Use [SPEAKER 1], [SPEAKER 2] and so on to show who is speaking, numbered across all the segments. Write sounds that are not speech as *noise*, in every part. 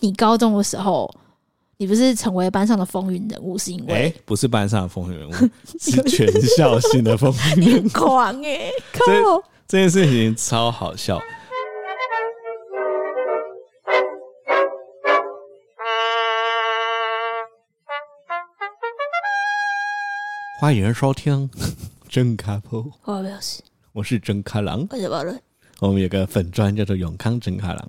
[SPEAKER 1] 你高中的时候，你不是成为班上的风云人物，是因
[SPEAKER 2] 哎、
[SPEAKER 1] 为
[SPEAKER 2] 不是班上的风云人物，是全校性的风云人物。
[SPEAKER 1] 狂哎、
[SPEAKER 2] 这
[SPEAKER 1] 靠！
[SPEAKER 2] 这件事情超好笑。欢迎收听真卡普，
[SPEAKER 1] 我表示，
[SPEAKER 2] 我是真卡郎。
[SPEAKER 1] 我是保伦，
[SPEAKER 2] 我们有个粉砖叫做永康真卡郎，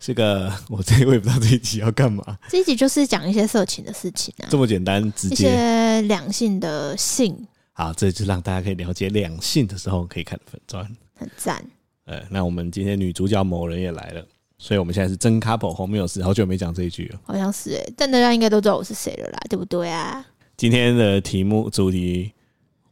[SPEAKER 2] 是个我这我也不知道这一集要干嘛，
[SPEAKER 1] 这一集就是讲一些色情的事情啊
[SPEAKER 2] 这，么简单直
[SPEAKER 1] 一
[SPEAKER 2] 接。
[SPEAKER 1] 些两性的性，
[SPEAKER 2] 好，这就让大家可以了解两性的时候可以看的粉砖。
[SPEAKER 1] 很赞。
[SPEAKER 2] 呃，那我们今天女主角某人也来了，所以我们现在是真 couple 后面有事，好久没讲这一句了。
[SPEAKER 1] 好像是哎、但大家应该都知道我是谁了啦，对不对啊？
[SPEAKER 2] 今天的题目主题，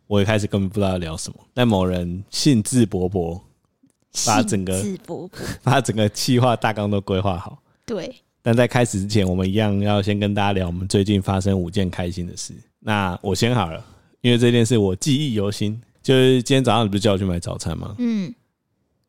[SPEAKER 2] 我一开始根本不知道要聊什么，但某人兴致勃勃， *laughs* 把整个
[SPEAKER 1] 兴致勃勃，
[SPEAKER 2] 把整个企划大纲都规划好。
[SPEAKER 1] 对，
[SPEAKER 2] 但在开始之前，我们一样要先跟大家聊我们最近发生五件开心的事。那我先好了，因为这件事我记忆犹新。就是今天早上你不是叫我去买早餐吗？
[SPEAKER 1] 嗯，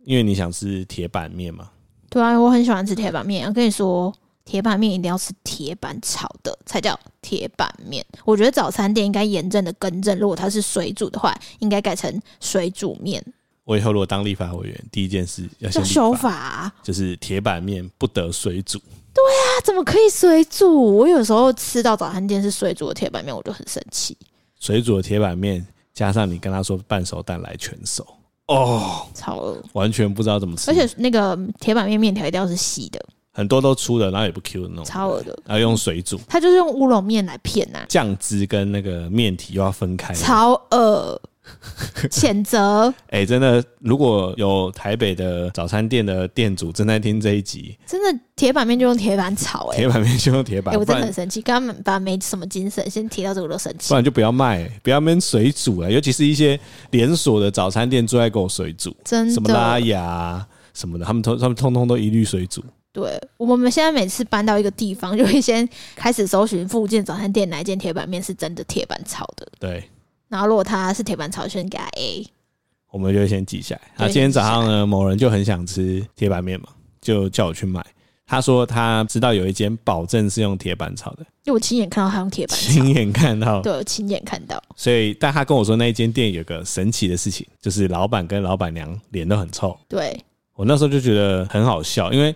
[SPEAKER 2] 因为你想吃铁板面嘛。
[SPEAKER 1] 对啊，我很喜欢吃铁板面。我跟你说，铁板面一定要吃铁板炒的才叫铁板面。我觉得早餐店应该严正的更正，如果它是水煮的话，应该改成水煮面，
[SPEAKER 2] 我以后如果当立法委员，第一件事要
[SPEAKER 1] 叫
[SPEAKER 2] 先立
[SPEAKER 1] 修法、
[SPEAKER 2] 法
[SPEAKER 1] 啊。
[SPEAKER 2] 就是铁板面不得水煮。
[SPEAKER 1] 它怎么可以水煮？我有时候吃到早餐店是水煮的铁板面，我就很生气，
[SPEAKER 2] 水煮的铁板面加上你跟他说半熟蛋来全熟，哦，
[SPEAKER 1] 超饿。
[SPEAKER 2] 完全不知道怎么吃，
[SPEAKER 1] 而且那个铁板面面条一定要是细的，
[SPEAKER 2] 很多都粗的，然后也不 Q 的那种，
[SPEAKER 1] 超恶的。
[SPEAKER 2] 然后用水煮，
[SPEAKER 1] 他就是用乌龙面来骗呐、
[SPEAKER 2] 酱汁跟那个面体又要分开。
[SPEAKER 1] 超恶，谴责，
[SPEAKER 2] 哎、真的，如果有台北的早餐店的店主正在听这一集，
[SPEAKER 1] 真的铁板面就用铁板炒、欸，哎、
[SPEAKER 2] 铁板面就用铁板，
[SPEAKER 1] 我
[SPEAKER 2] 不
[SPEAKER 1] 真的
[SPEAKER 2] 然
[SPEAKER 1] 很生气，刚刚把没什么精神，先提到这个我都生
[SPEAKER 2] 不
[SPEAKER 1] 气，
[SPEAKER 2] 然就不要卖，不要闷水煮啊了，尤其是一些连锁的早餐店最爱给我水煮，
[SPEAKER 1] 真
[SPEAKER 2] 什么拉
[SPEAKER 1] 的。
[SPEAKER 2] 雅啊什么的，他们通他们通通都一律水煮。
[SPEAKER 1] 对我们现在每次搬到一个地方，就会先开始搜寻附近早餐店哪一间铁板面是真的铁板炒的，
[SPEAKER 2] 对，
[SPEAKER 1] 然后如果它是铁板炒，先给它 A。
[SPEAKER 2] 我们就会先记下来。那
[SPEAKER 1] 对
[SPEAKER 2] 今天早上呢，某人就很想吃铁板面嘛，就叫我去买。他说他知道有一间保证是用铁板炒的，
[SPEAKER 1] 因为我亲眼看到他用铁板炒，
[SPEAKER 2] 亲眼看到。
[SPEAKER 1] 对我亲眼看到，
[SPEAKER 2] 所以，但他跟我说那一间店有个神奇的事情，就是老板跟老板娘脸都很臭。
[SPEAKER 1] 对
[SPEAKER 2] 我那时候就觉得很好笑，因为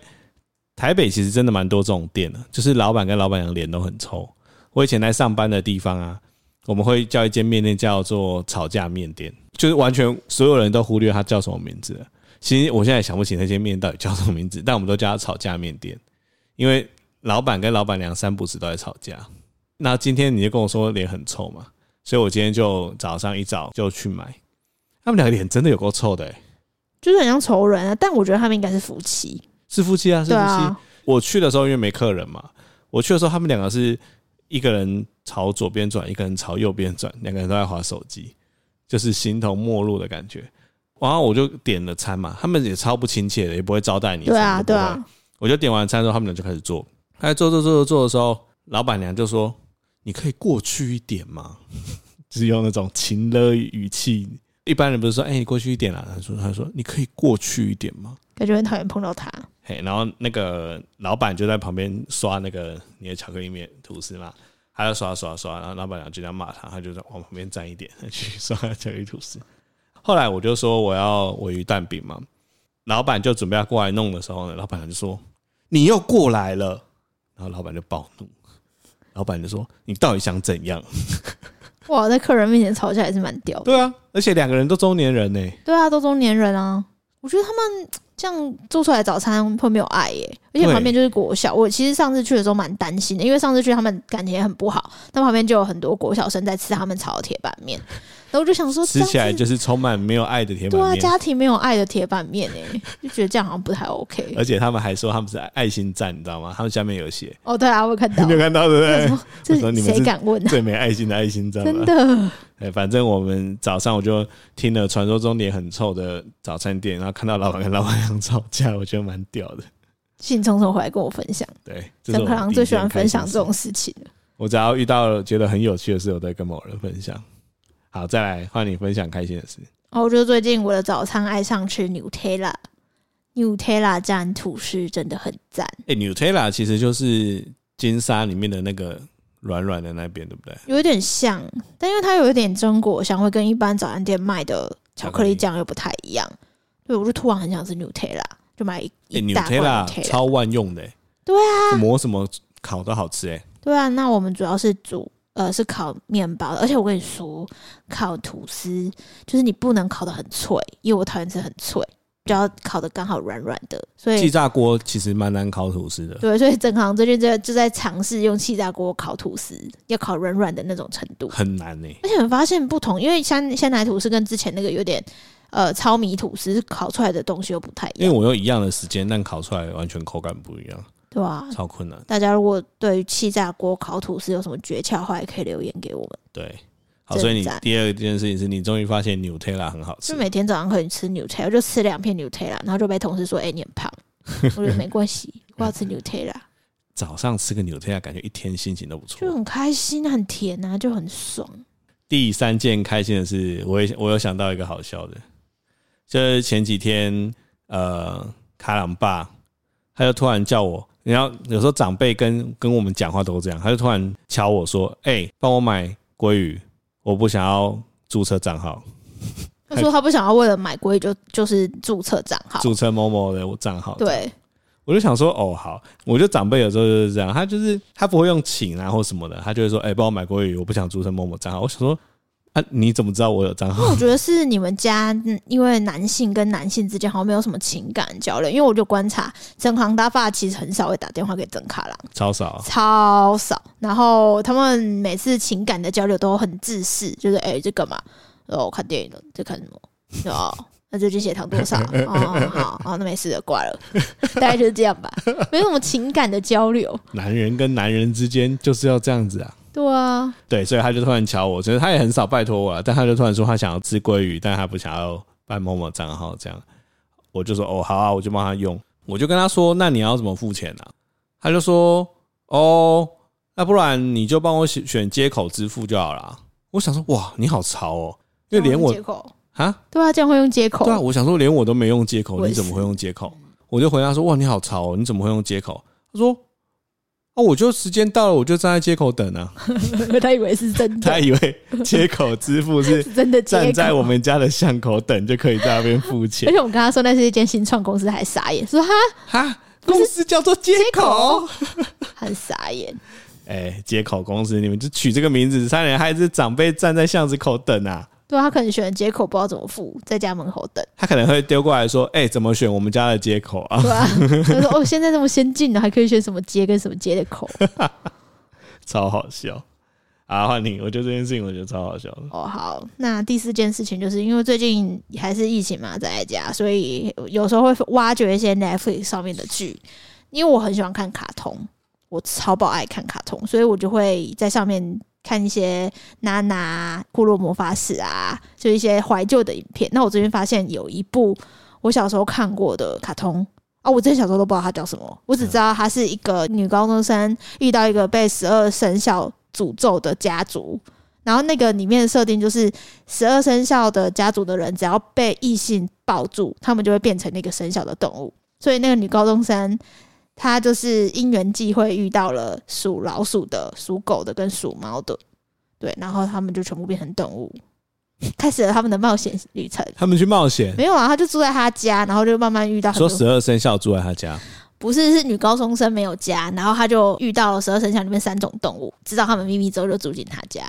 [SPEAKER 2] 台北其实真的蛮多这种店的，就是老板跟老板娘脸都很臭。我以前在上班的地方啊，我们会叫一间面店叫做吵架面店，就是完全所有人都忽略它叫什么名字了。其实我现在也想不起那间面到底叫什么名字，但我们都叫它吵架面店，因为老板跟老板娘三不时都在吵架。那今天你就跟我说脸很臭嘛，所以我今天就早上一早就去买，他们两个脸真的有够臭的、欸，
[SPEAKER 1] 就是很像仇人啊，但我觉得他们应该是夫妻，
[SPEAKER 2] 是夫妻啊，是
[SPEAKER 1] 对
[SPEAKER 2] 夫妻。
[SPEAKER 1] 啊，
[SPEAKER 2] 我去的时候因为没客人嘛，我去的时候他们两个是一个人朝左边转，一个人朝右边转，两个人都在划手机，就是形同陌路的感觉。然后我就点了餐嘛，他们也超不亲切的，也不会招待你。
[SPEAKER 1] 对啊，
[SPEAKER 2] 什么都
[SPEAKER 1] 对
[SPEAKER 2] 不会
[SPEAKER 1] 啊。，
[SPEAKER 2] 我就点完餐之后，他们俩就开始做。哎开始做做做做做的时候，老板娘就说：“你可以过去一点吗？” *laughs* 就是用那种情了语气。一般人不是说：“哎、你过去一点啦、他说：“他说你可以过去一点吗？”
[SPEAKER 1] 感觉很讨厌碰到他。
[SPEAKER 2] 嘿，然后那个老板就在旁边刷那个你的巧克力面吐司嘛，他就刷刷刷，然后老板娘就这样骂他，他就在往旁边站一点去刷巧克力吐司。后来我就说我要尾鱼蛋饼嘛，老板就准备要过来弄的时候呢，老板娘就说你又过来了，然后老板就暴怒，老板就说你到底想怎样？
[SPEAKER 1] 哇，在客人面前吵架也是蛮屌的。
[SPEAKER 2] 对啊，而且两个人都中年人呢、
[SPEAKER 1] 对啊，都中年人啊，我觉得他们这样做出来的早餐会没有爱耶、而且
[SPEAKER 2] 对
[SPEAKER 1] 旁边就是国小。我其实上次去的时候蛮担心的，因为上次去他们感情也很不好，但旁边就有很多国小生在吃他们炒的铁板面，然后我就想说，
[SPEAKER 2] 吃起来
[SPEAKER 1] 这样子
[SPEAKER 2] 就是充满没有爱的铁
[SPEAKER 1] 对
[SPEAKER 2] 板
[SPEAKER 1] 啊，
[SPEAKER 2] 面，
[SPEAKER 1] 家庭没有爱的铁板面哎、就觉得这样好像不太 OK。
[SPEAKER 2] 而且他们还说他们是爱心站，你知道吗？他们下面有写。
[SPEAKER 1] 哦，对啊，我有看到
[SPEAKER 2] 你， *laughs* 有看到对不
[SPEAKER 1] 我 *laughs*
[SPEAKER 2] 对？
[SPEAKER 1] 说这
[SPEAKER 2] 我说你们
[SPEAKER 1] 谁
[SPEAKER 2] 是
[SPEAKER 1] 敢问啊？
[SPEAKER 2] 最没爱心的爱心站
[SPEAKER 1] 真
[SPEAKER 2] 吧。
[SPEAKER 1] 的，
[SPEAKER 2] 哎，反正我们早上我就听了传说中脸很臭的早餐店，然后看到老板跟老板娘吵架，我觉得蛮屌的。
[SPEAKER 1] 兴冲冲回来跟我分享，
[SPEAKER 2] 对，这是
[SPEAKER 1] 陈
[SPEAKER 2] 我
[SPEAKER 1] 可郎最喜欢分享这
[SPEAKER 2] 第一件
[SPEAKER 1] 种
[SPEAKER 2] 开心事。
[SPEAKER 1] 事情了。
[SPEAKER 2] 我只要遇到了觉得很有趣的事，我都会跟某人分享。好，再来换你分享开心的事。
[SPEAKER 1] 哦，我觉得最近我的早餐爱上吃 Nutella。 Nutella 蘸吐司真的很赞。
[SPEAKER 2] 哎、n u t e l l a 其实就是金沙里面的那个软软的那边，对不对？
[SPEAKER 1] 有一点像，但因为它有一点榛果香，会跟一般早餐店卖的巧克力酱又不太一样。对，我就突然很想吃 Nutella，就买一
[SPEAKER 2] 哎、n
[SPEAKER 1] 一
[SPEAKER 2] u
[SPEAKER 1] 大
[SPEAKER 2] t
[SPEAKER 1] 罐
[SPEAKER 2] e l l a
[SPEAKER 1] Nutella。嗯
[SPEAKER 2] 超万用的、
[SPEAKER 1] 对
[SPEAKER 2] 啊，磨什么烤都好吃哎、
[SPEAKER 1] 对啊，那我们主要是煮呃是烤面包的，而且我跟你说，烤吐司就是你不能烤的很脆，因为我讨厌吃很脆，就要烤的刚好软软的，所
[SPEAKER 2] 气
[SPEAKER 1] 以。
[SPEAKER 2] 炸锅其实蛮难烤吐司的，
[SPEAKER 1] 对，所以整行最近就就在尝试用气炸锅烤吐司，要烤软软的那种程度。
[SPEAKER 2] 很难呢、
[SPEAKER 1] 而且我发现不同，因为鲜鲜奶吐司跟之前那个有点呃糙米吐司烤出来的东西又不太一
[SPEAKER 2] 因为
[SPEAKER 1] 样，
[SPEAKER 2] 我用一样的时间，但烤出来完全口感不一样，
[SPEAKER 1] 对啊？
[SPEAKER 2] 超困难。
[SPEAKER 1] 大家如果对于气炸锅烤吐司有什么诀窍的话，也可以留言给我们。
[SPEAKER 2] 对，好，
[SPEAKER 1] 真
[SPEAKER 2] 所以你
[SPEAKER 1] 赞
[SPEAKER 2] 第二件事情是你终于发现 Nutella 很好吃
[SPEAKER 1] 就，每天早上可以吃 Nutella，我就吃两片 Nutella，然后就被同事说：“哎、你很
[SPEAKER 2] *laughs*
[SPEAKER 1] 胖。”我说：“没关系，我要吃 Nutella，
[SPEAKER 2] 早上吃个 Nutella 感觉一天心情都不
[SPEAKER 1] 就
[SPEAKER 2] 错。
[SPEAKER 1] 很开心，很甜啊，就很爽。
[SPEAKER 2] 第三件开心的事，我也我有想到一个好笑的，就是前几天呃卡朗爸他就突然叫我，然后有时候长辈跟跟我们讲话都这样，他就突然敲我说：“哎、帮我买鲑鱼，我不想要注册账号。””
[SPEAKER 1] 他说他不想要为了买龟就就是注册账号，
[SPEAKER 2] 注册某某的账号。，
[SPEAKER 1] 对，
[SPEAKER 2] 我就想说，哦，好，我觉得长辈有时候就是这样，他就是他不会用请啊或什么的，他就会说，哎、帮我买国语，我不想注册某某账号。我想说，啊，你怎么知道我有账
[SPEAKER 1] 因为
[SPEAKER 2] 号？
[SPEAKER 1] 我觉得是你们家，嗯因为男性跟男性之间好像没有什么情感交流，因为我就观察曾行大爸其实很少会打电话给曾卡郎，
[SPEAKER 2] 超少，
[SPEAKER 1] 超少。然后他们每次情感的交流都很自私，就是哎、这干嘛？哦，我看电影了，在看什么？哦，那最近血糖多少？哦，好，哦，那没事的，挂了。大概就是这样吧，没有什么情感的交流。
[SPEAKER 2] 男人跟男人之间就是要这样子啊。
[SPEAKER 1] 对啊，
[SPEAKER 2] 对，所以他就突然瞧我，其实他也很少拜托我、啊，但他就突然说他想要吃鲑鱼，但他不想要办某某账号，这样我就说哦好啊，我就帮他用，我就跟他说那你要怎么付钱啊？他就说哦，那不然你就帮我选选接口支付就好啦。我想说哇，你好潮哦，因为连我
[SPEAKER 1] 接口，
[SPEAKER 2] 啊，
[SPEAKER 1] 对啊，这样会用接口，
[SPEAKER 2] 对啊，我想说连我都没用接口，
[SPEAKER 1] 我也
[SPEAKER 2] 哦你
[SPEAKER 1] 是
[SPEAKER 2] 怎么会用接口？我就回答说哇，你好潮哦，你怎么会用接口？他说啊，我就时间到了，我就站在接口等啊。
[SPEAKER 1] 他以为是真
[SPEAKER 2] *laughs* 他
[SPEAKER 1] 的，
[SPEAKER 2] 以为接口支
[SPEAKER 1] *laughs*
[SPEAKER 2] 付是
[SPEAKER 1] 是真的接口。
[SPEAKER 2] 站在我们家的巷口等就可以在那边付
[SPEAKER 1] 而 *laughs*
[SPEAKER 2] 钱
[SPEAKER 1] 且我们跟他说那是一间新创公司，还傻眼，说哈
[SPEAKER 2] 哈，公司叫做接口，
[SPEAKER 1] 很傻眼。
[SPEAKER 2] 哎，接口公司，你们就取这个名字，差点害是长辈站在巷子口等啊。
[SPEAKER 1] 对啊，他可能选的接口不知道怎么付，在家门口等。
[SPEAKER 2] 他可能会丢过来说：“哎、怎么选我们家的接口 *laughs* 啊
[SPEAKER 1] 对啊，他说哦，现在这么先进了，还可以选什么接跟什么接的口。？”
[SPEAKER 2] 超好笑啊！换你，我觉得这件事情我觉得超好笑的。
[SPEAKER 1] 哦，好，那第四件事情就是因为最近还是疫情嘛，在家，所以有时候会挖掘一些 Netflix 上面的剧，因为我很喜欢看卡通，我超爆爱看卡通，所以我就会在上面看一些娜娜、库洛魔法使啊，就一些怀旧的影片。那我最近发现有一部我小时候看过的卡通。啊、我真的小时候都不知道它叫什么，我只知道它是一个女高中生遇到一个被十二生肖诅咒的家族，然后那个里面的设定就是，十二生肖的家族的人只要被异性抱住，他们就会变成那个生肖的动物。所以那个女高中生，她就是因缘际会遇到了属老鼠的、属狗的跟属猫的，对，然后他们就全部变成动物， *laughs* 开始了他们的冒险旅程。
[SPEAKER 2] 他们去冒险，
[SPEAKER 1] 没有啊，他就住在他家，然后就慢慢遇到很
[SPEAKER 2] 说
[SPEAKER 1] 多
[SPEAKER 2] 十二生肖住在他家，
[SPEAKER 1] 不是，是女高中生没有家，然后她就遇到了十二生肖里面三种动物，知道他们秘密之后就住进他家。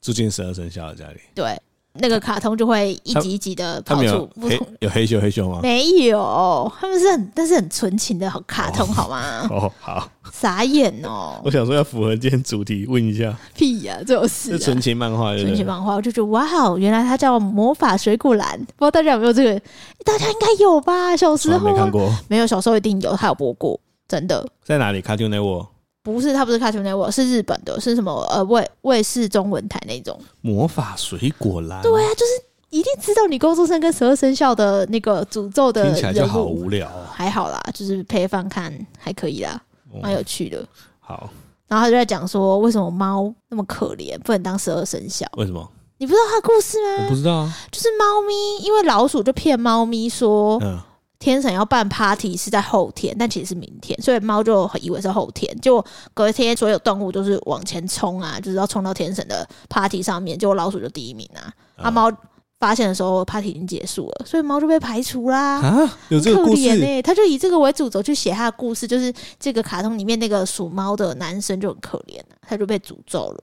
[SPEAKER 2] 住进十二生肖的家里。
[SPEAKER 1] 对，那个卡通就会一集一集的
[SPEAKER 2] 他
[SPEAKER 1] 跑
[SPEAKER 2] 们
[SPEAKER 1] 出
[SPEAKER 2] 有
[SPEAKER 1] 不
[SPEAKER 2] 黑
[SPEAKER 1] 同。
[SPEAKER 2] 有黑熊黑熊吗？
[SPEAKER 1] 没有，他们是很，但是很纯情的好卡通，好吗？
[SPEAKER 2] *laughs* 哦，好，
[SPEAKER 1] 傻眼哦、
[SPEAKER 2] 我想说要符合今天主题，问一下，
[SPEAKER 1] 屁呀、这种事、
[SPEAKER 2] 是
[SPEAKER 1] 啊
[SPEAKER 2] 纯。情漫画对不
[SPEAKER 1] 纯情
[SPEAKER 2] 对？
[SPEAKER 1] 漫画，我就觉得哇哦，原来它叫魔法水果篮，不知道大家有没有这个？大家应该有吧？小时
[SPEAKER 2] 嗯从
[SPEAKER 1] 候
[SPEAKER 2] 来没
[SPEAKER 1] 啊
[SPEAKER 2] 看过。
[SPEAKER 1] 没有，小时候一定有，它有播过，真的
[SPEAKER 2] 在哪里？Cartoon Network
[SPEAKER 1] 不是，它不是 Cartoon Network，是日本的，是什么呃卫卫视中文台那种。
[SPEAKER 2] 魔法水果篮，
[SPEAKER 1] 对啊，就是一定知道你高中生跟十二生肖的那个诅咒的
[SPEAKER 2] 听起来就
[SPEAKER 1] 人
[SPEAKER 2] 好
[SPEAKER 1] 物，
[SPEAKER 2] 无聊、哦。
[SPEAKER 1] 还好啦，就是配饭看还可以啦，蛮有
[SPEAKER 2] 嗯
[SPEAKER 1] 趣的。
[SPEAKER 2] 好，
[SPEAKER 1] 然后他就在讲说，为什么猫那么可怜，不能当十二生肖？
[SPEAKER 2] 为什么？
[SPEAKER 1] 你不知道他的故事
[SPEAKER 2] 我
[SPEAKER 1] 吗？
[SPEAKER 2] 不知道啊。
[SPEAKER 1] 就是猫咪，因为老鼠就骗猫咪说
[SPEAKER 2] 嗯，
[SPEAKER 1] 天神要办 party 是在后天，但其实是明天，所以猫就以为是后天，结果隔天所有动物都是往前冲啊，就是要冲到天神的 party 上面，结果老鼠就第一名啊，啊猫发现的时候 party 已经结束了，所以猫就被排除啦。
[SPEAKER 2] 啊，有这
[SPEAKER 1] 很可
[SPEAKER 2] 个故
[SPEAKER 1] 怜呢、欸
[SPEAKER 2] 事，
[SPEAKER 1] 他就以这个为主轴去写他的故事，就是这个卡通里面那个属猫的男生就很可怜、啊，他就被诅咒了，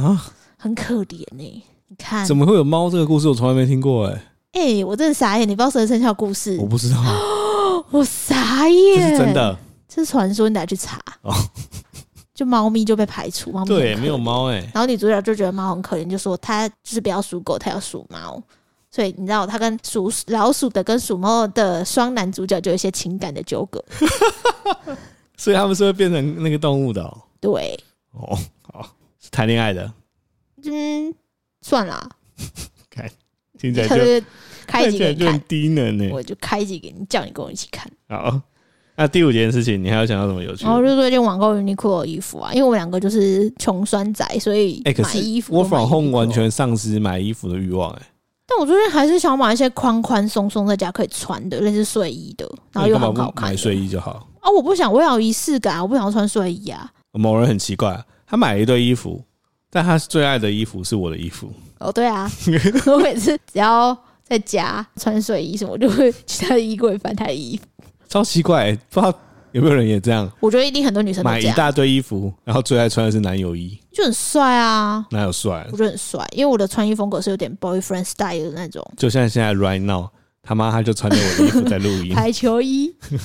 [SPEAKER 2] 啊？
[SPEAKER 1] 很可怜呢、你看，
[SPEAKER 2] 怎么会有猫这个故事？我从来没听过哎、
[SPEAKER 1] 哎、我真的傻眼，你不知道十二生肖故事
[SPEAKER 2] 我，不知道，
[SPEAKER 1] 啊我傻
[SPEAKER 2] *laughs* 这
[SPEAKER 1] 眼，
[SPEAKER 2] 是真，的。啊
[SPEAKER 1] 这是传说，你得去查。
[SPEAKER 2] 哦
[SPEAKER 1] 就猫咪就被排除，猫咪很
[SPEAKER 2] 对，
[SPEAKER 1] 可
[SPEAKER 2] 没有
[SPEAKER 1] 怜
[SPEAKER 2] 猫哎、
[SPEAKER 1] 然后女主角就觉得猫很可怜，就说它就是不要属狗，它要属猫。所以你知道，它跟属老鼠的跟属猫的双男主角就有一些情感的纠葛。
[SPEAKER 2] 所以他们是会变成那个动物的哦、
[SPEAKER 1] 对，
[SPEAKER 2] 哦，好，是谈恋爱的，
[SPEAKER 1] 嗯，算啦，
[SPEAKER 2] 听起来
[SPEAKER 1] 他
[SPEAKER 2] 就
[SPEAKER 1] 就 *laughs* 开
[SPEAKER 2] 看
[SPEAKER 1] 几
[SPEAKER 2] 起
[SPEAKER 1] 给
[SPEAKER 2] 来
[SPEAKER 1] 你
[SPEAKER 2] 就嗯很
[SPEAKER 1] 看，
[SPEAKER 2] 低能呢、欸
[SPEAKER 1] 我就开几给你，叫你跟我一起看。
[SPEAKER 2] 好，那第五件事情，你还有想到什么有趣的？
[SPEAKER 1] 然后就最近网购 Uniqlo 的衣服啊，因为我们两个就是穷酸仔，所以
[SPEAKER 2] 哎、可
[SPEAKER 1] 买
[SPEAKER 2] 是
[SPEAKER 1] 衣服哦
[SPEAKER 2] 我
[SPEAKER 1] 都买
[SPEAKER 2] from home
[SPEAKER 1] Uniqlo
[SPEAKER 2] 完。全丧失买衣服的欲望、哎，
[SPEAKER 1] 但我最近还是想买一些宽宽松松在家可以穿的，类似睡衣的，然
[SPEAKER 2] 那
[SPEAKER 1] 后
[SPEAKER 2] 你
[SPEAKER 1] 又
[SPEAKER 2] 干嘛
[SPEAKER 1] 很好
[SPEAKER 2] 不
[SPEAKER 1] 看
[SPEAKER 2] 买
[SPEAKER 1] 的。
[SPEAKER 2] 睡衣就好？
[SPEAKER 1] 啊，我不想，我要有仪式感，我不想要穿睡衣啊。
[SPEAKER 2] 某人很奇怪、他买了一堆衣服，但他最爱的衣服是我的衣服。
[SPEAKER 1] 哦，对啊，
[SPEAKER 2] *laughs*
[SPEAKER 1] 我每次只要在家穿睡衣什么，我就会去他的衣柜翻他的衣服。
[SPEAKER 2] 超奇怪、欸不知道有没有人也这样
[SPEAKER 1] 我觉得一定很多女生都
[SPEAKER 2] 买
[SPEAKER 1] 这
[SPEAKER 2] 一
[SPEAKER 1] 样，
[SPEAKER 2] 大堆衣服，然后最爱穿的是男友衣，
[SPEAKER 1] 就很帅啊，
[SPEAKER 2] 哪有帅
[SPEAKER 1] 我？觉得很帅，因为我的穿衣风格是有点 boyfriend style 的那种
[SPEAKER 2] 就像现在 right now，他妈他就穿着我的衣服在录音，
[SPEAKER 1] 排球衣， *laughs* 很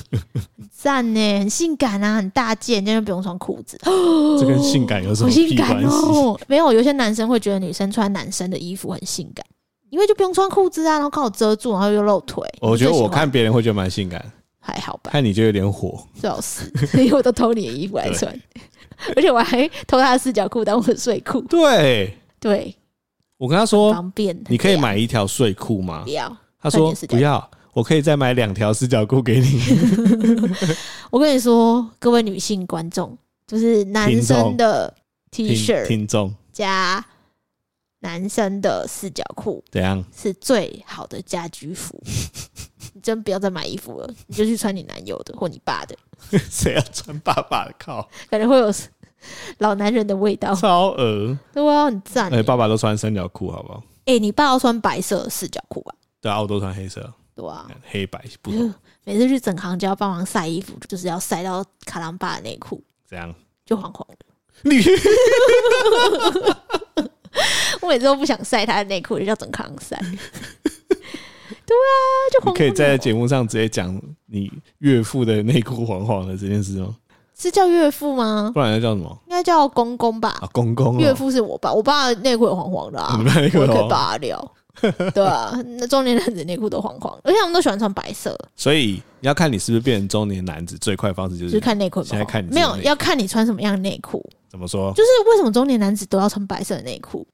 [SPEAKER 1] 赞呢，很性感啊，很大件，这样就不用穿裤子，
[SPEAKER 2] 这跟性感有什
[SPEAKER 1] 好
[SPEAKER 2] 么
[SPEAKER 1] 性
[SPEAKER 2] 屁
[SPEAKER 1] 感
[SPEAKER 2] 关系？
[SPEAKER 1] 哦。没有，有些男生会觉得女生穿男生的衣服很性感。因为就不用穿裤子啊，然后刚好遮住，然后又露腿。
[SPEAKER 2] 哦我觉得我看
[SPEAKER 1] 你
[SPEAKER 2] 别人会觉得蛮性感，
[SPEAKER 1] 最喜欢还好吧，
[SPEAKER 2] 看你就有点火。
[SPEAKER 1] 最好是，因为我都偷你的衣服来穿， *laughs* 而且我还偷他的四角裤当我的睡裤，
[SPEAKER 2] 对
[SPEAKER 1] 对，
[SPEAKER 2] 我跟他说，
[SPEAKER 1] 方便。
[SPEAKER 2] 哦你可以
[SPEAKER 1] 很
[SPEAKER 2] 买一条睡裤吗
[SPEAKER 1] 不？要？
[SPEAKER 2] 他说
[SPEAKER 1] 穿点四角
[SPEAKER 2] 不要，我可以再买两条四角裤给你。
[SPEAKER 1] 我跟你说，各位女性观众，就是男生的 T
[SPEAKER 2] 听
[SPEAKER 1] 恤
[SPEAKER 2] 听众
[SPEAKER 1] 加男生的四角裤
[SPEAKER 2] 怎样？
[SPEAKER 1] 是最好的家居服。 *laughs* 你真不要再买衣服了，你就去穿你男友的或你爸的，
[SPEAKER 2] *laughs* 谁要穿爸爸的靠？
[SPEAKER 1] 感觉会有老男人的味道。
[SPEAKER 2] 超额！
[SPEAKER 1] 对啊，很赞
[SPEAKER 2] 哎、
[SPEAKER 1] 欸。
[SPEAKER 2] 爸爸都穿三角裤，好不好？
[SPEAKER 1] 哎、你爸要穿白色的四角裤吧？
[SPEAKER 2] 对啊，我都穿黑色，
[SPEAKER 1] 对啊，
[SPEAKER 2] 黑白
[SPEAKER 1] *laughs*
[SPEAKER 2] 不同，
[SPEAKER 1] 每次去整行就要帮忙晒衣服，就是要晒到卡朗巴的内裤，
[SPEAKER 2] 怎样？
[SPEAKER 1] 就黄黄的。
[SPEAKER 2] 你 *laughs*
[SPEAKER 1] 我每次都不想晒他的内裤，就叫整行晒。对啊，就黄黄的。
[SPEAKER 2] 可以在节目上直接讲你岳父的内裤黄黄的这件事吗？
[SPEAKER 1] 是叫岳父吗？
[SPEAKER 2] 不然要叫什么？
[SPEAKER 1] 应该叫公公吧。
[SPEAKER 2] 啊，公公、哦，
[SPEAKER 1] 哦岳父是我爸，我爸的内裤也黄黄的啊，
[SPEAKER 2] 你爸内裤
[SPEAKER 1] 我也可
[SPEAKER 2] 黄
[SPEAKER 1] 以把他聊。对啊，那中年男子内裤都黄黄的，而且他们都喜欢穿白色，
[SPEAKER 2] 所以你要看你是不是变成中年男子，最快的方式就
[SPEAKER 1] 就是
[SPEAKER 2] 是
[SPEAKER 1] 看内裤有
[SPEAKER 2] 现
[SPEAKER 1] 没
[SPEAKER 2] 在
[SPEAKER 1] 有
[SPEAKER 2] 看
[SPEAKER 1] 黄。
[SPEAKER 2] 你
[SPEAKER 1] 没有
[SPEAKER 2] 自己的内裤
[SPEAKER 1] 要看你穿什么样的内裤。
[SPEAKER 2] 怎么说？
[SPEAKER 1] 就是为什么中年男子都要穿白色的内裤？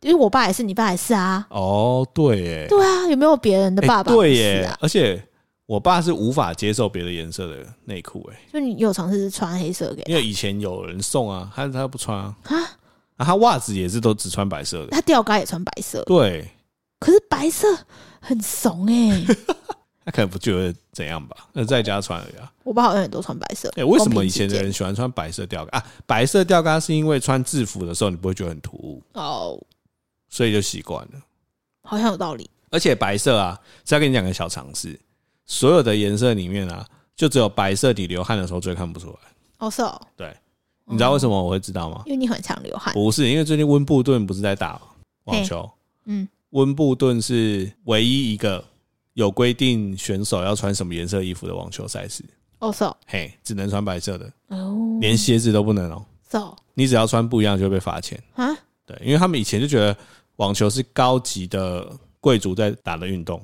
[SPEAKER 1] 因为我爸也是，你爸也是啊。
[SPEAKER 2] 哦，对耶，
[SPEAKER 1] 对啊，有没有别人的
[SPEAKER 2] 哎
[SPEAKER 1] 爸爸、
[SPEAKER 2] 对
[SPEAKER 1] 是
[SPEAKER 2] 耶
[SPEAKER 1] 啊，，
[SPEAKER 2] 而且我爸是无法接受别的颜色的内裤，哎，
[SPEAKER 1] 就你有尝试穿黑色给
[SPEAKER 2] 因为以前有人送啊，他他不穿啊，
[SPEAKER 1] 啊？
[SPEAKER 2] 啊他袜子也是都只穿白色的，
[SPEAKER 1] 他吊嘎也穿白色，
[SPEAKER 2] 对
[SPEAKER 1] 可是白色很怂哎、
[SPEAKER 2] 他可能不觉得怎样吧，那在家穿而已啊。
[SPEAKER 1] *laughs* 我爸好像也都穿白色。
[SPEAKER 2] 哎、为什么
[SPEAKER 1] 公平
[SPEAKER 2] 以前
[SPEAKER 1] 起
[SPEAKER 2] 的
[SPEAKER 1] 见
[SPEAKER 2] 人喜欢穿白色吊嘎啊？白色吊嘎是因为穿制服的时候你不会觉得很突兀，
[SPEAKER 1] 哦，
[SPEAKER 2] 所以就习惯了。
[SPEAKER 1] 好像有道理
[SPEAKER 2] 而且白色啊，再跟你讲个小常识，所有的颜色里面啊，就只有白色你流汗的时候最看不出来。
[SPEAKER 1] 哦，是哦。
[SPEAKER 2] 对，你知道为
[SPEAKER 1] 么？
[SPEAKER 2] 什么我会知道吗？
[SPEAKER 1] 因为你很常流汗。
[SPEAKER 2] 不是，因为最近温布顿不是在打网球，
[SPEAKER 1] 嗯，
[SPEAKER 2] 温布顿是唯一一个有规定选手要穿什么颜色衣服的网球赛事，
[SPEAKER 1] 哦，是哦。
[SPEAKER 2] 嘿，只能穿白色的，
[SPEAKER 1] 哦，
[SPEAKER 2] 连鞋子都不能哦、
[SPEAKER 1] 是哦
[SPEAKER 2] 你只要穿不一样就会被罚钱。
[SPEAKER 1] 啊，
[SPEAKER 2] 对，因为他们以前就觉得网球是高级的贵族在打的运动，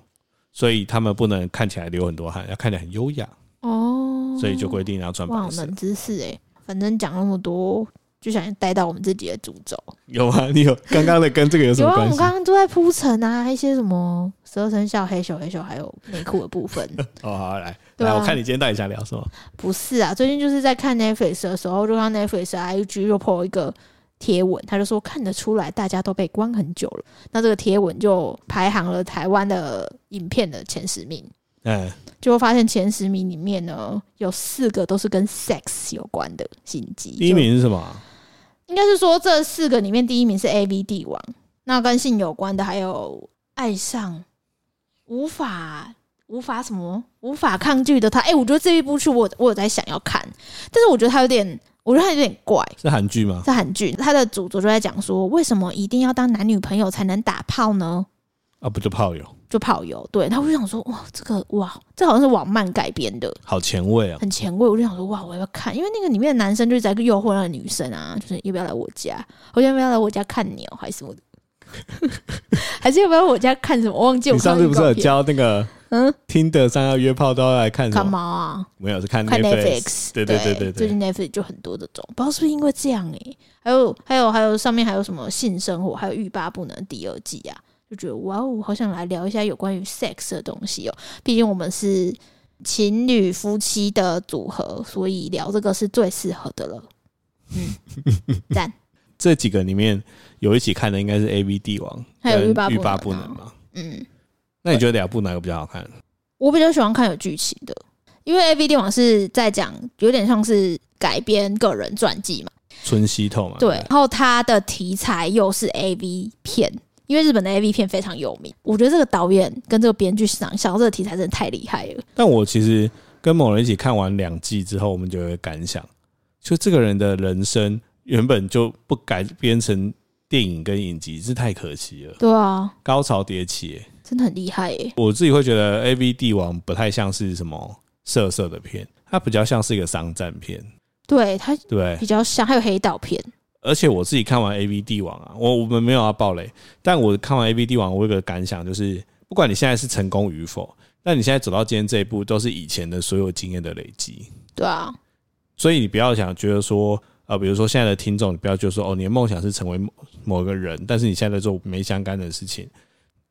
[SPEAKER 2] 所以他们不能看起来流很多汗，要看起来很优雅，
[SPEAKER 1] 哦，
[SPEAKER 2] 所以就规定要穿
[SPEAKER 1] 哇，好
[SPEAKER 2] 白色。
[SPEAKER 1] 冷知识哎、反正讲那么多，就想带到我们自己的主轴。
[SPEAKER 2] 有啊，你有刚刚的跟这个有什
[SPEAKER 1] 有
[SPEAKER 2] 么
[SPEAKER 1] 啊，我
[SPEAKER 2] 关
[SPEAKER 1] 们
[SPEAKER 2] 系？
[SPEAKER 1] 刚刚都在铺陈啊，一些什么十二生肖、黑手、黑手，还有内裤的部分。
[SPEAKER 2] 哦，好，来
[SPEAKER 1] 对
[SPEAKER 2] 来，
[SPEAKER 1] 啊
[SPEAKER 2] 我看你今天到底想聊什么？
[SPEAKER 1] 不是啊，最近就是在看 Netflix 的时候，就看 Netflix 的 IG 又 po 一个贴文，他就说看得出来大家都被关很久了。那这个贴文就排行了台湾的影片的前十名，
[SPEAKER 2] 哎，
[SPEAKER 1] 结果发现前十名里面呢，有四个都是跟 sex 有关的心机。
[SPEAKER 2] 第一
[SPEAKER 1] 就
[SPEAKER 2] 名是什么啊？
[SPEAKER 1] 应该是说这四个里面第一名是 A V 帝王，那跟性有关的还有爱上无法无法什么无法抗拒的他。哎、我觉得这一部剧我我有在想要看，但是我觉得它有点，我觉得它有点怪。
[SPEAKER 2] 是韩剧吗？
[SPEAKER 1] 这韩剧它的主轴就在讲说，为什么一定要当男女朋友才能打炮呢？
[SPEAKER 2] 啊，不就炮友，
[SPEAKER 1] 就炮友，对，他我就想说，哇，这个哇，这好像是网漫改编的，
[SPEAKER 2] 好前卫啊！
[SPEAKER 1] 很前卫，我就想说哇，我要不要看？因为那个里面的男生就是在诱惑那个女生啊，就是要不要来我家，我要不要来我家看鸟，还是什么的， *laughs* 还是要不要来我家看什么？我忘记我
[SPEAKER 2] 你
[SPEAKER 1] 看
[SPEAKER 2] 上
[SPEAKER 1] 到
[SPEAKER 2] 次不是有
[SPEAKER 1] 预告片
[SPEAKER 2] 教那个
[SPEAKER 1] 嗯
[SPEAKER 2] 听得上要约炮都要来看什
[SPEAKER 1] 干
[SPEAKER 2] 么？
[SPEAKER 1] 嘛啊？
[SPEAKER 2] 没有，是看
[SPEAKER 1] 看
[SPEAKER 2] Netflix。
[SPEAKER 1] Netflix，
[SPEAKER 2] 对
[SPEAKER 1] 对
[SPEAKER 2] 对对对
[SPEAKER 1] 最
[SPEAKER 2] 对，
[SPEAKER 1] 近 Netflix 就很多这种，不知道是不是因为这样哎、还有还有还有上面还有什么性生活，还有欲罢不能第二季啊，就觉得哇哦，好想来聊一下有关于 sex 的东西哦，毕竟我们是情侣夫妻的组合，所以聊这个是最适合的了。嗯，赞。
[SPEAKER 2] 这几个里面有一起看的应该是 A V 帝王，
[SPEAKER 1] 还有
[SPEAKER 2] 跟
[SPEAKER 1] 欲罢不
[SPEAKER 2] 欲罢
[SPEAKER 1] 能
[SPEAKER 2] 不
[SPEAKER 1] 啊
[SPEAKER 2] 能嘛。
[SPEAKER 1] 嗯，
[SPEAKER 2] 那你觉得两部哪个比较好看？
[SPEAKER 1] 我比较喜欢看有剧情的，因为 A V 电网是在讲有点像是改编个人传记嘛。
[SPEAKER 2] 春熙透嘛？
[SPEAKER 1] 对，然后它的题材又是 A V 片，因为日本的 A V 片非常有名。我觉得这个导演跟这个编剧想想到这个题材真的太厉害了。
[SPEAKER 2] 但我其实跟某人一起看完两季之后，我们就有一个感想，就这个人的人生原本就不改编成电影跟影集，这太可惜了，
[SPEAKER 1] 对啊，
[SPEAKER 2] 高潮迭起耶、
[SPEAKER 1] 真的很厉害耶。
[SPEAKER 2] 我自己会觉得 A V 帝王不太像是什么色色的片，它比较像是一个商战片，
[SPEAKER 1] 对它
[SPEAKER 2] 对不对
[SPEAKER 1] 比较像，还有黑道片，
[SPEAKER 2] 而且我自己看完 A V 帝王啊，我我们没有要暴雷，但我看完 A V 帝王，我有个感想就是，不管你现在是成功与否，但你现在走到今天这一步，都是以前的所有经验的累积。
[SPEAKER 1] 对啊，
[SPEAKER 2] 所以你不要想觉得说，呃，比如说现在的听众，你不要觉得说，哦，你的梦想是成为某某个人，但是你现在在做没相干的事情。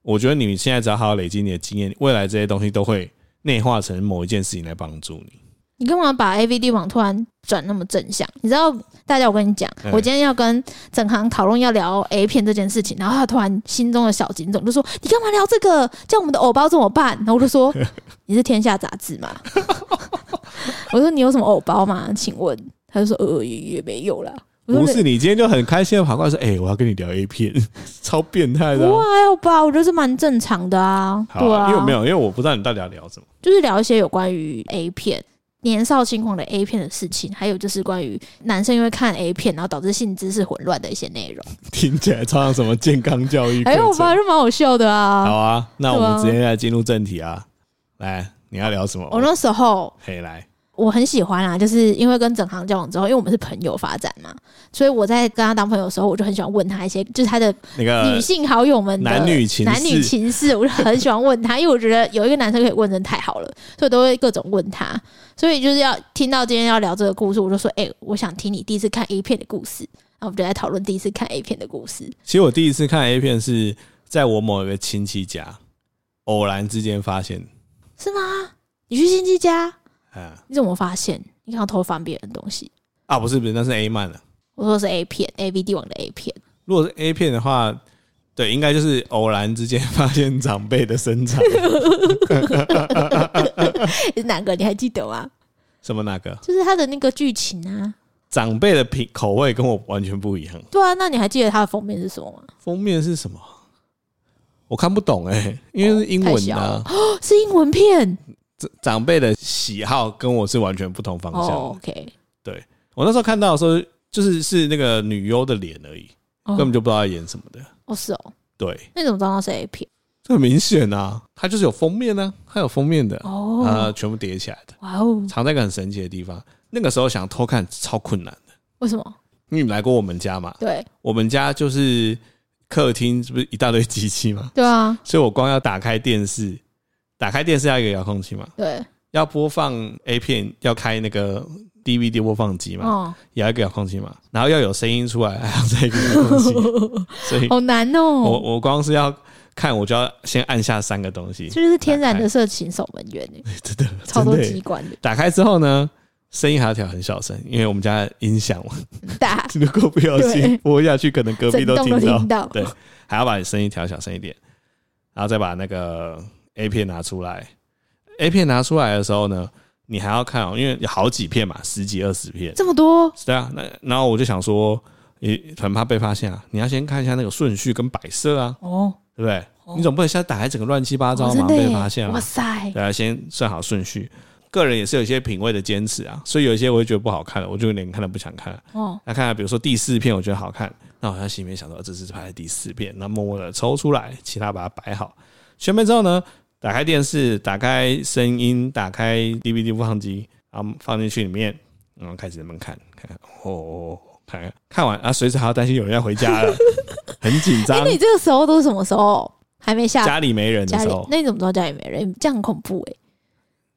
[SPEAKER 2] 我觉得你现在只要好好累积你的经验，未来这些东西都会内化成某一件事情来帮助你。
[SPEAKER 1] 你干嘛把 A V 地网突然转那么正向？你知道，大家我跟你讲，
[SPEAKER 2] 嗯
[SPEAKER 1] 我今天要跟整行讨论要聊 A 片这件事情，然后他突然心中的小警总就说：“你干嘛聊这个？叫我们的偶包怎么办？”然后我就说：“你是天下杂志吗？” *laughs* 我说：“你有什么偶包吗？请问？”他就说：“呃，也也没有啦。”我说
[SPEAKER 2] 不：“是你今天就很开心的跑过来说，哎、我要跟你聊 A 片，超变态的
[SPEAKER 1] 不
[SPEAKER 2] 啊、
[SPEAKER 1] 还好吧，我觉得是蛮正常的啊。
[SPEAKER 2] 好
[SPEAKER 1] 对
[SPEAKER 2] 啊，
[SPEAKER 1] 啊，
[SPEAKER 2] 因为没有，因为我不知道你到底要聊什么。 *laughs*
[SPEAKER 1] 就是聊一些有关于 A 片、年少轻狂的 A 片的事情，还有就是关于男生因为看 A 片，然后导致性知识混乱的一些内容。
[SPEAKER 2] 听起来超像什么健康教育课
[SPEAKER 1] 哎、
[SPEAKER 2] 程。
[SPEAKER 1] 我发现蛮好笑的
[SPEAKER 2] 好
[SPEAKER 1] 啊！
[SPEAKER 2] 啊，那我
[SPEAKER 1] 对啊
[SPEAKER 2] 们直接来进入正题啊。来，你要聊什么？
[SPEAKER 1] 我那时候
[SPEAKER 2] 可以来。
[SPEAKER 1] 我很喜欢啊，就是因为跟整行交往之后，因为我们是朋友发展嘛，所以我在跟他当朋友的时候，我就很喜欢问他一些，就是他的
[SPEAKER 2] 那个
[SPEAKER 1] 女性好友们的
[SPEAKER 2] 呃男女情事
[SPEAKER 1] 男女情事，我就很喜欢问他，因为我觉得有一个男生可以问真的太好了，所以我都会各种问他。所以就是要听到今天要聊这个故事，我就说：“哎、我想听你第一次看 A 片的故事。”然后我们就在讨论第一次看 A 片的故事。
[SPEAKER 2] 其实我第一次看 A 片是在我某一个亲戚家，偶然之间发现，
[SPEAKER 1] 是吗？你去亲戚家，
[SPEAKER 2] 啊
[SPEAKER 1] 你怎么发现？你想偷翻别人的东西？
[SPEAKER 2] 啊，不是不是，那是 A 漫的、
[SPEAKER 1] 我说是 A 片，A V 帝王的 A 片。
[SPEAKER 2] 如果是 A 片的话，对，应该就是偶然之间发现长辈的
[SPEAKER 1] *laughs*
[SPEAKER 2] 身材，
[SPEAKER 1] 是 *laughs* 哪个？你还记得吗？
[SPEAKER 2] 什么那个
[SPEAKER 1] 就是他的那个剧情啊。
[SPEAKER 2] 长辈的品口味跟我完全不一样。
[SPEAKER 1] 对啊，那你还记得它的封面是什么吗？
[SPEAKER 2] 封面是什么？我看不懂哎、因为是英文的、
[SPEAKER 1] 哦
[SPEAKER 2] 啊，
[SPEAKER 1] 哦，是英文片。
[SPEAKER 2] 长长辈的喜好跟我是完全不同方向的。
[SPEAKER 1] 哦，OK，
[SPEAKER 2] 我那时候看到的时候，就是是那个女优的脸而已，
[SPEAKER 1] 哦
[SPEAKER 2] 根本就不知道在演什么的。
[SPEAKER 1] 哦，是哦。
[SPEAKER 2] 对，
[SPEAKER 1] 那你怎么知道那是 A 片？
[SPEAKER 2] 这很明显啊，它就是有封面呢、它有封面的，
[SPEAKER 1] 哦，
[SPEAKER 2] 啊，全部叠起来的，
[SPEAKER 1] 哇哦，
[SPEAKER 2] 藏在一个很神奇的地方。那个时候想偷看超困难的，
[SPEAKER 1] 为什么？
[SPEAKER 2] 因为你来过我们家嘛，
[SPEAKER 1] 对
[SPEAKER 2] 我们家就是客厅，是不是一大堆机器嘛？
[SPEAKER 1] 对啊，
[SPEAKER 2] 所以我光要打开电视，打开电视要一个遥控器嘛，
[SPEAKER 1] 对，
[SPEAKER 2] 要播放 A 片要开那个 DVD 播放机嘛， *laughs*
[SPEAKER 1] 哦，
[SPEAKER 2] 也要一个遥控器嘛，然后要有声音出来， *laughs* 还要再一个遥控
[SPEAKER 1] *laughs*
[SPEAKER 2] 器，所以
[SPEAKER 1] 好难
[SPEAKER 2] 我
[SPEAKER 1] 哦，
[SPEAKER 2] 我光是要看，我就要先按下三个东西
[SPEAKER 1] *laughs* 这，就是天然的色情守门员耶，
[SPEAKER 2] 真的
[SPEAKER 1] 超
[SPEAKER 2] 真
[SPEAKER 1] 多
[SPEAKER 2] 的耶
[SPEAKER 1] 机。关的，
[SPEAKER 2] 打开之后呢，声音还要调很小声，因为我们家音响，
[SPEAKER 1] 大
[SPEAKER 2] *laughs* 如果不小
[SPEAKER 1] 对
[SPEAKER 2] 心播下去，可能隔壁
[SPEAKER 1] 整
[SPEAKER 2] 都
[SPEAKER 1] 栋 *laughs* 都
[SPEAKER 2] 听到
[SPEAKER 1] 听。到，
[SPEAKER 2] *laughs* 对还要把声音调小声一点，然后再把那个 A 片拿出来。 A 片拿出来的时候呢，你还要看哦、因为有好几片嘛，十几二十片。
[SPEAKER 1] 这么多，
[SPEAKER 2] 对啊，那然后我就想说，也很怕被发现啊，你要先看一下那个顺序跟摆设啊，
[SPEAKER 1] 哦，
[SPEAKER 2] 对不对？
[SPEAKER 1] 哦
[SPEAKER 2] 你总不能现在打开整个乱七八糟，
[SPEAKER 1] 哦
[SPEAKER 2] 马上
[SPEAKER 1] 真的
[SPEAKER 2] 被
[SPEAKER 1] 耶
[SPEAKER 2] 发现
[SPEAKER 1] 哇
[SPEAKER 2] 啊。
[SPEAKER 1] 塞，
[SPEAKER 2] 对啊，先算好顺序。个人也是有一些品味的坚持啊，所以有一些我会觉得不好看了，我就连看都不想看了。
[SPEAKER 1] 哦，
[SPEAKER 2] 那看看，比如说第四片，我觉得好看，那我好像心里面想说，呃这是拍的第四片，那默默的抽出来，其他把它摆好。选配之后呢，打开电视，打开声音，打开 DVD 播放机，然后放进去里面，然后开始们看，看看，哦哦，哦看看，看完啊，随时还要担心有人要回家了，很紧
[SPEAKER 1] 哎
[SPEAKER 2] 张，，
[SPEAKER 1] 你这个时候都是什么时候？还没下
[SPEAKER 2] 家里没人的
[SPEAKER 1] 家
[SPEAKER 2] 时
[SPEAKER 1] 里
[SPEAKER 2] 候，，
[SPEAKER 1] 那你怎么知道家里没人？这样很恐怖哎、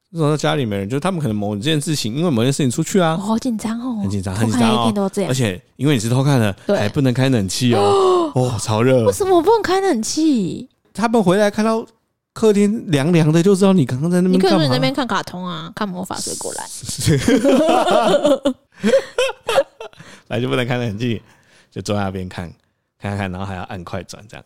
[SPEAKER 2] 那时候家里没人，就是他们可能某一件事情，因为某件事情出去
[SPEAKER 1] 我
[SPEAKER 2] 啊，
[SPEAKER 1] 好紧张哦，
[SPEAKER 2] 很紧张
[SPEAKER 1] 偷
[SPEAKER 2] 很紧
[SPEAKER 1] 看
[SPEAKER 2] 张哦
[SPEAKER 1] A 片都这样
[SPEAKER 2] 而，且因为你是偷看的，
[SPEAKER 1] 对
[SPEAKER 2] 还不能开冷气
[SPEAKER 1] *gasps*
[SPEAKER 2] 哦，哦，超热
[SPEAKER 1] 为，什么我不能开冷气？
[SPEAKER 2] 他们回来看到客厅凉凉的，就知道你刚刚在那
[SPEAKER 1] 你
[SPEAKER 2] 边
[SPEAKER 1] 可以
[SPEAKER 2] 嗯
[SPEAKER 1] 说
[SPEAKER 2] 干嘛。
[SPEAKER 1] 你那边看卡通啊，看魔法水果篮，
[SPEAKER 2] *laughs* 来就不能看冷气，就坐在那边看，看看看，然后还要按快转这样。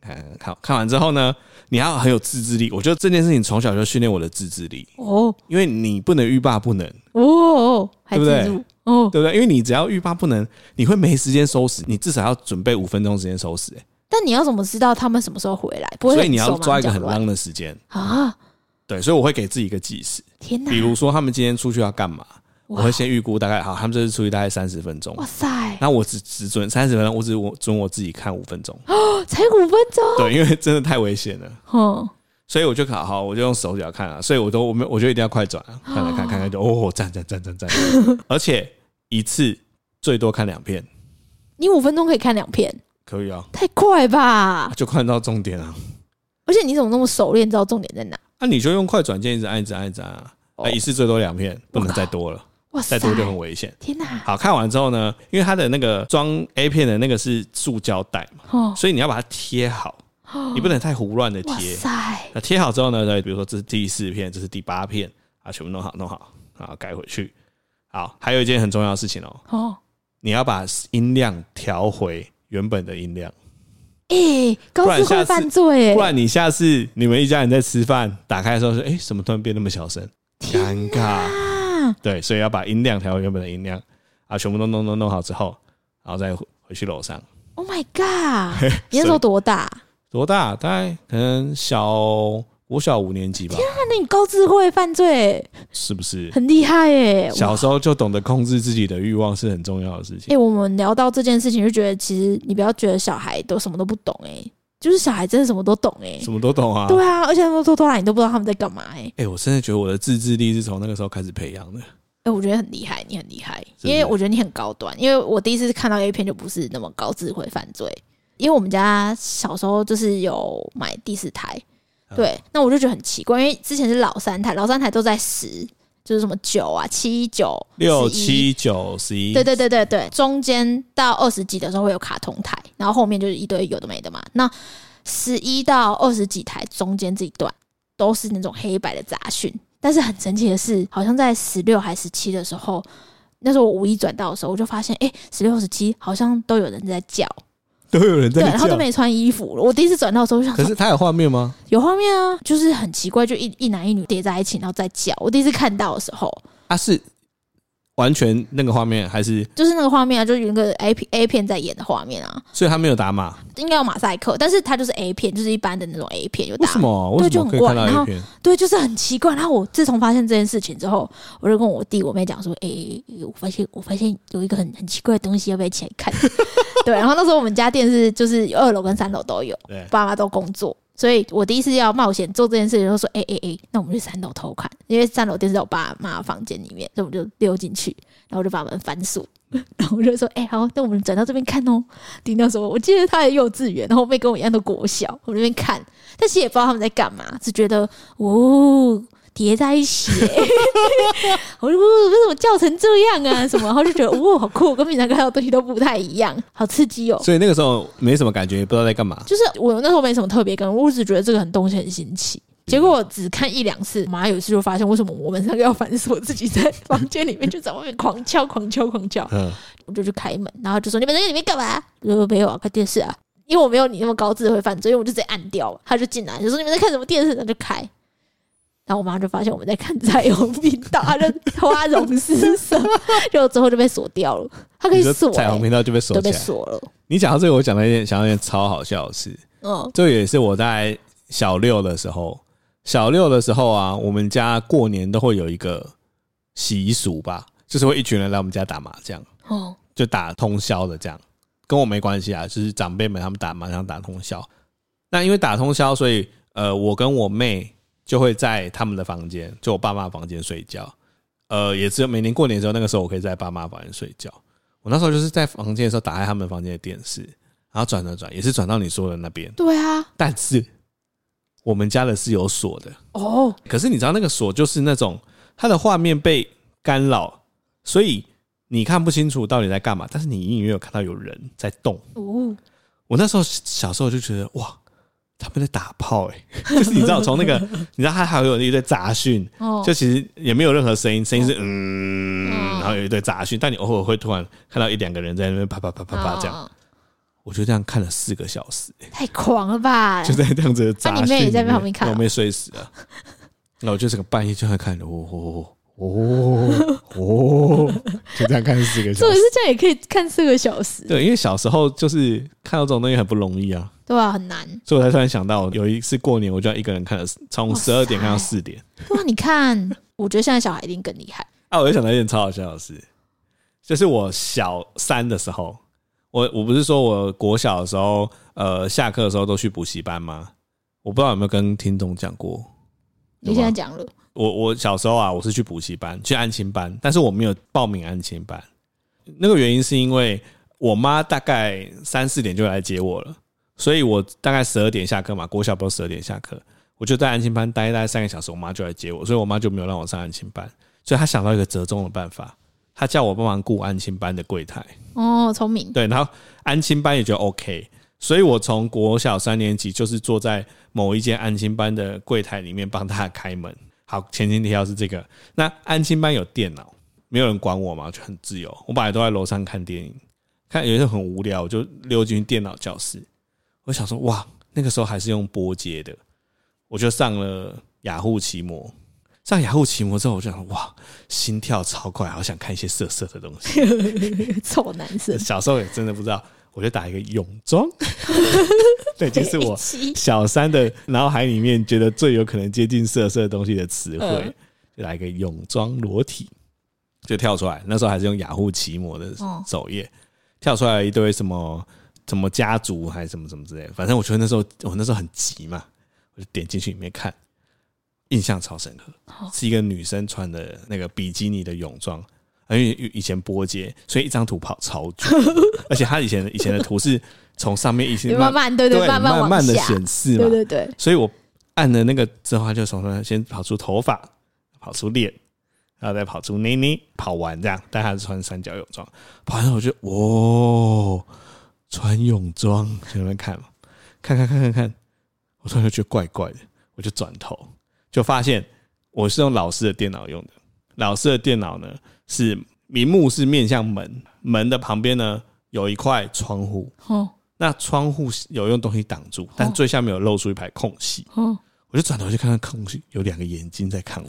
[SPEAKER 2] 看看看完之后呢，你要很有自制力。我觉得这件事情从小就训练我的自制力，
[SPEAKER 1] 哦
[SPEAKER 2] 因为你不能欲罢不能，
[SPEAKER 1] 哦哦，还
[SPEAKER 2] 对
[SPEAKER 1] 记
[SPEAKER 2] 不对
[SPEAKER 1] 住哦。
[SPEAKER 2] 对不对？因为你只要欲罢不能，你会没时间收拾，你至少要准备五分钟时间收拾、欸
[SPEAKER 1] 但你要怎么知道他们什么时候回来？不会
[SPEAKER 2] 所
[SPEAKER 1] 很
[SPEAKER 2] 以你要
[SPEAKER 1] 熟吗
[SPEAKER 2] 抓一个
[SPEAKER 1] 讲
[SPEAKER 2] 很
[SPEAKER 1] 乱
[SPEAKER 2] 浪的时间。
[SPEAKER 1] 啊！
[SPEAKER 2] 对，所以我会给自己一个计时，
[SPEAKER 1] 天哪，
[SPEAKER 2] 比如说他们今天出去要干嘛，我
[SPEAKER 1] 哇
[SPEAKER 2] 会先预估大概好，他们这次出去大概三十分钟
[SPEAKER 1] 哇，塞，
[SPEAKER 2] 那我只只准三十分钟，我只我准我自己看五分
[SPEAKER 1] *gasps*
[SPEAKER 2] 钟，
[SPEAKER 1] 才五分钟，哦
[SPEAKER 2] 对，因为真的太危险了，
[SPEAKER 1] 哼，
[SPEAKER 2] 所以我就考好，我就用手脚看啊，所以我都我没有我就一定要快转
[SPEAKER 1] *gasps*
[SPEAKER 2] 啊，看来看看看就哦，站站站
[SPEAKER 1] *laughs*
[SPEAKER 2] 站站，而且一次最多看两遍，
[SPEAKER 1] 你五分钟可以看两片，
[SPEAKER 2] 可以啊，
[SPEAKER 1] 太快吧！
[SPEAKER 2] 就看到重点啊，
[SPEAKER 1] 而且你怎么那么熟练，知道重点在哪？
[SPEAKER 2] 那、你就用快转键一直按一直按一直按啊，
[SPEAKER 1] 哦
[SPEAKER 2] 啊一次最多两片，不能再多了，
[SPEAKER 1] 哇
[SPEAKER 2] 再
[SPEAKER 1] 塞，
[SPEAKER 2] 多就很危
[SPEAKER 1] *laughs*
[SPEAKER 2] 险。
[SPEAKER 1] 天哪！
[SPEAKER 2] 好看完之后呢，因为它的那个装 A 片的那个是塑胶袋嘛，
[SPEAKER 1] 哦，
[SPEAKER 2] 所以你要把它贴好，你不能太胡乱的
[SPEAKER 1] 哇
[SPEAKER 2] 贴。
[SPEAKER 1] 塞，
[SPEAKER 2] 那贴好之后呢，对，比如说这是第四片，这是第八片啊，全部弄好弄好，啊，盖回去。好，还有一件很重要的事情哦，
[SPEAKER 1] 哦，
[SPEAKER 2] 你要把音量调回原本的音量，
[SPEAKER 1] 哎，高
[SPEAKER 2] 不然
[SPEAKER 1] 智
[SPEAKER 2] 下
[SPEAKER 1] 慧
[SPEAKER 2] 次
[SPEAKER 1] 犯罪，
[SPEAKER 2] 不
[SPEAKER 1] 哎，
[SPEAKER 2] 然你下次你们一家人在吃饭，打开的时候说，哎、怎么突然变那么小声？尴尬。
[SPEAKER 1] 啊，
[SPEAKER 2] 对，所以要把音量调回原本的音量啊，全部都弄弄弄好之后，然后再回回去楼上。
[SPEAKER 1] Oh my god！你那
[SPEAKER 2] *laughs*
[SPEAKER 1] 时候多大？
[SPEAKER 2] 多大？大概可能小我小五年级吧，
[SPEAKER 1] 那那你高智慧犯罪
[SPEAKER 2] 是不是？
[SPEAKER 1] 很厉害耶！
[SPEAKER 2] 小
[SPEAKER 1] 哇
[SPEAKER 2] 时候就懂得控制自己的欲望是很重要的事
[SPEAKER 1] 哎、
[SPEAKER 2] 情。
[SPEAKER 1] 我们聊到这件事情，就觉得其实你不要觉得小孩都什么都不懂哎、就是小孩真的什么都懂哎、
[SPEAKER 2] 什么都懂啊！
[SPEAKER 1] 对啊，而且他们偷偷来，你都不知道他们在干嘛哎、
[SPEAKER 2] 哎、我真的觉得我的自制力是从那个时候开始培养的。
[SPEAKER 1] 哎、我觉得很厉害，你很厉害，
[SPEAKER 2] 是不是
[SPEAKER 1] 因为我觉得你很高端。因为我第一次看到 A 片就不是那么高智慧犯罪，因为我们家小时候就是有买第四台，
[SPEAKER 2] 嗯
[SPEAKER 1] 对，那我就觉得很奇怪，因为之前是老三台，老三台都在十，就是什么九啊、七九、
[SPEAKER 2] 六
[SPEAKER 1] 11
[SPEAKER 2] 七九十一，
[SPEAKER 1] 对对对对对，中间到二十几的时候会有卡通台，然后后面就是一堆有的没的嘛。那十一到二十几台中间这一段都是那种黑白的杂讯，但是很神奇的是，好像在十六还十七的时候，那时候我无意转到的时候，我就发现，哎、十六、十七好像都有人在叫，
[SPEAKER 2] 都有人在
[SPEAKER 1] 对，
[SPEAKER 2] 叫。
[SPEAKER 1] 然后都没穿衣服。我第一次转到的时候，我就想
[SPEAKER 2] 可
[SPEAKER 1] 说
[SPEAKER 2] *laughs* 是它有画面吗？
[SPEAKER 1] 有画面啊，就是很奇怪，就一一男一女叠在一起，然后在叫。我第一次看到的时候，
[SPEAKER 2] 啊，是完全那个画面，还是
[SPEAKER 1] 就是那个画面啊，就是有一个 A 片 A 片在演的画面啊，
[SPEAKER 2] 所以它没有打码？
[SPEAKER 1] 应该有马赛克，但是它就是 A 片，就是一般的那种 A 片，有
[SPEAKER 2] 为
[SPEAKER 1] 打
[SPEAKER 2] 什么？为
[SPEAKER 1] 对
[SPEAKER 2] 什
[SPEAKER 1] 就很
[SPEAKER 2] 么可以看到
[SPEAKER 1] 怪然后
[SPEAKER 2] A 片？
[SPEAKER 1] 对，就是很奇怪。然后我自从发现这件事情之后，我就跟我弟我妹讲说：“诶，我发现我发现有一个很很奇怪的东西，要不要一起来看？” *laughs* 对，然后那时候我们家电视就是二楼跟三楼都有，
[SPEAKER 2] 对，
[SPEAKER 1] 爸妈都工作，所以我第一次要冒险做这件事情，就说：“诶诶诶，那我们去三楼偷看，因为三楼电视在我爸妈房间里面，所以我们就溜进去，然后我就把门反锁。”然后我就说：“诶，好，那我们转到这边看哦。”弟那时候我记得他也幼稚园，然后我妹跟我一样的国小，我们那边看，但是也不知道他们在干嘛，只觉得哦叠在一起 *laughs* 耶，我就哦为什么叫成这样啊？什么？然后就觉得哦好酷，跟平常看到的东西都不太一样，好刺激哦。
[SPEAKER 2] 所以那个时候没什么感觉，也不知道在干嘛。
[SPEAKER 1] 就是我那时候没什么特别感，我只觉得这个很东西很新奇。结果我只看一两次，妈有一次就发现为什么我们三个要反锁自己在房间里面就在外面狂敲狂敲狂敲，
[SPEAKER 2] 嗯，
[SPEAKER 1] 我就去开门，然后就说你们在里面干嘛？我说没有啊，看电视啊。因为我没有你那么高智慧犯罪，因为我就直接按掉了。他就进来就说你们在看什么电视？他就开，然后我妈就发现我们在看菜油频道，她就花容失色，就最后就被锁掉了。她可以
[SPEAKER 2] 你说
[SPEAKER 1] 锁、
[SPEAKER 2] 彩虹
[SPEAKER 1] 欸，
[SPEAKER 2] 频道就被锁
[SPEAKER 1] 都
[SPEAKER 2] 起
[SPEAKER 1] 被
[SPEAKER 2] 来。
[SPEAKER 1] 锁了。
[SPEAKER 2] 你讲到这个，我讲到一件想到一件超好笑的事，
[SPEAKER 1] 嗯，
[SPEAKER 2] 这也是我在小六的时候，小六的时候啊，我们家过年都会有一个习俗吧，就是会一群人来我们家打麻将，
[SPEAKER 1] 哦，
[SPEAKER 2] 就打通宵的这样，跟我没关系啊，就是长辈们他们打麻将打通宵。那因为打通宵，所以呃，我跟我妹就会在他们的房间，就我爸妈的房间睡觉。呃，也只有每年过年的时候，那个时候我可以在爸妈房间睡觉。我那时候就是在房间的时候打开他们房间的电视，然后转转转，也是转到你说的那边。
[SPEAKER 1] 对啊，
[SPEAKER 2] 但是我们家的是有锁的。
[SPEAKER 1] 哦，
[SPEAKER 2] 可是你知道那个锁就是那种它的画面被干扰，所以你看不清楚到底在干嘛，但是你隐隐约有看到有人在动。
[SPEAKER 1] 哦，
[SPEAKER 2] 我那时候小时候就觉得哇，他们在打炮哎、欸 *laughs* 就是你知道从
[SPEAKER 1] *laughs*
[SPEAKER 2] 那个你知道它还有一堆杂讯，
[SPEAKER 1] 哦，
[SPEAKER 2] 就其实也没有任何声音，声音是
[SPEAKER 1] 嗯
[SPEAKER 2] 嗯，然后有一堆杂讯，但你偶尔会突然看到一两个人在那边啪啪啪啪啪这样，
[SPEAKER 1] 哦，
[SPEAKER 2] 我就这样看了四个小时。
[SPEAKER 1] 太狂了吧！
[SPEAKER 2] 就在这样子的杂
[SPEAKER 1] 啊你
[SPEAKER 2] 讯里
[SPEAKER 1] 妹
[SPEAKER 2] 面。
[SPEAKER 1] 也在旁边看哦
[SPEAKER 2] 我妹睡死了。 *laughs* 那我就整个半夜就在看，哦哦哦哦， *laughs* 就这样看四个小
[SPEAKER 1] 重点
[SPEAKER 2] 时。
[SPEAKER 1] 是这样也可以看四个小时，
[SPEAKER 2] 对，因为小时候就是看到这种东西很不容易啊，
[SPEAKER 1] 对啊，很难。
[SPEAKER 2] 所以我才突然想到，有一次过年我就要一个人看了，从
[SPEAKER 1] 哇
[SPEAKER 2] 十
[SPEAKER 1] 塞
[SPEAKER 2] 二点看到四点。
[SPEAKER 1] 哇，啊你看， *laughs* 我觉得现在小孩一定更厉害。
[SPEAKER 2] 啊，我就想到一件超好笑的事，就是我小三的时候，我我不是说我国小的时候，呃，下课的时候都去补习班吗？我不知道有没有跟听众讲过，
[SPEAKER 1] 你现在讲了，
[SPEAKER 2] 我我小时候啊，我是去补习班，去安亲班，但是我没有报名安亲班。那个原因是因为我妈大概三四点就来接我了，所以我大概十二点下课嘛，国小不是十二点下课，我就在安亲班待大概三个小时，我妈就来接我，所以我妈就没有让我上安亲班，所以她想到一个折中的办法，她叫我帮忙顾安亲班的柜台。
[SPEAKER 1] 哦，聪明，
[SPEAKER 2] 对，然后安亲班也觉得 OK，所以我从国小三年级就是坐在某一间安亲班的柜台里面帮他开门。好，前情提要是这个。那安亲班有电脑，没有人管我嘛，就很自由。我本来都在楼上看电影，看有一候很无聊，我就溜进电脑教室。我想说，哇，那个时候还是用拨接的，我就上了雅虎奇摩。上雅虎奇摩之后，我就想说，哇，心跳超快，好想看一些色色的东西。
[SPEAKER 1] 臭男
[SPEAKER 2] *laughs*
[SPEAKER 1] 生，
[SPEAKER 2] 小时候也真的不知道，我就打一个泳装， *laughs* 对，就是
[SPEAKER 1] *laughs*
[SPEAKER 2] 我
[SPEAKER 1] 七
[SPEAKER 2] 小三的脑海里面觉得最有可能接近色色的东西的词汇，
[SPEAKER 1] 嗯
[SPEAKER 2] 就打一个泳装裸体，就跳出来。那时候还是用雅虎奇摩的
[SPEAKER 1] 哦
[SPEAKER 2] 首页，跳出来了一堆什么什么家族还是什么什么之类的，反正我觉得那时候我那时候很急嘛，我就点进去里面看，印象超深刻，是一个女生穿的那个比基尼的泳装。因为以前波街，所以一张图跑超久，
[SPEAKER 1] *laughs*
[SPEAKER 2] 而且她以前以前的图是从上面一些
[SPEAKER 1] 你慢慢对
[SPEAKER 2] 对
[SPEAKER 1] 慢
[SPEAKER 2] 慢
[SPEAKER 1] 往
[SPEAKER 2] 的
[SPEAKER 1] 下，
[SPEAKER 2] 显示嘛，
[SPEAKER 1] 对对对，
[SPEAKER 2] 所以我按了那个之后，它就从那先跑出头发，跑出脸，然后再跑出妮妮，跑完这样，但他是穿三角泳装，跑完我就哦，穿泳装就在那边看嘛，看看看看看，我突然就觉得怪怪的，我就转头就发现我是用老师的电脑用的，老师的电脑呢是屏幕是面向门，门的旁边呢有一块窗户，
[SPEAKER 1] 哦
[SPEAKER 2] 那窗户有用东西挡住，但最下面有露出一排空隙，
[SPEAKER 1] 哦，
[SPEAKER 2] 我就转头去看看空隙，有两个眼睛在看我，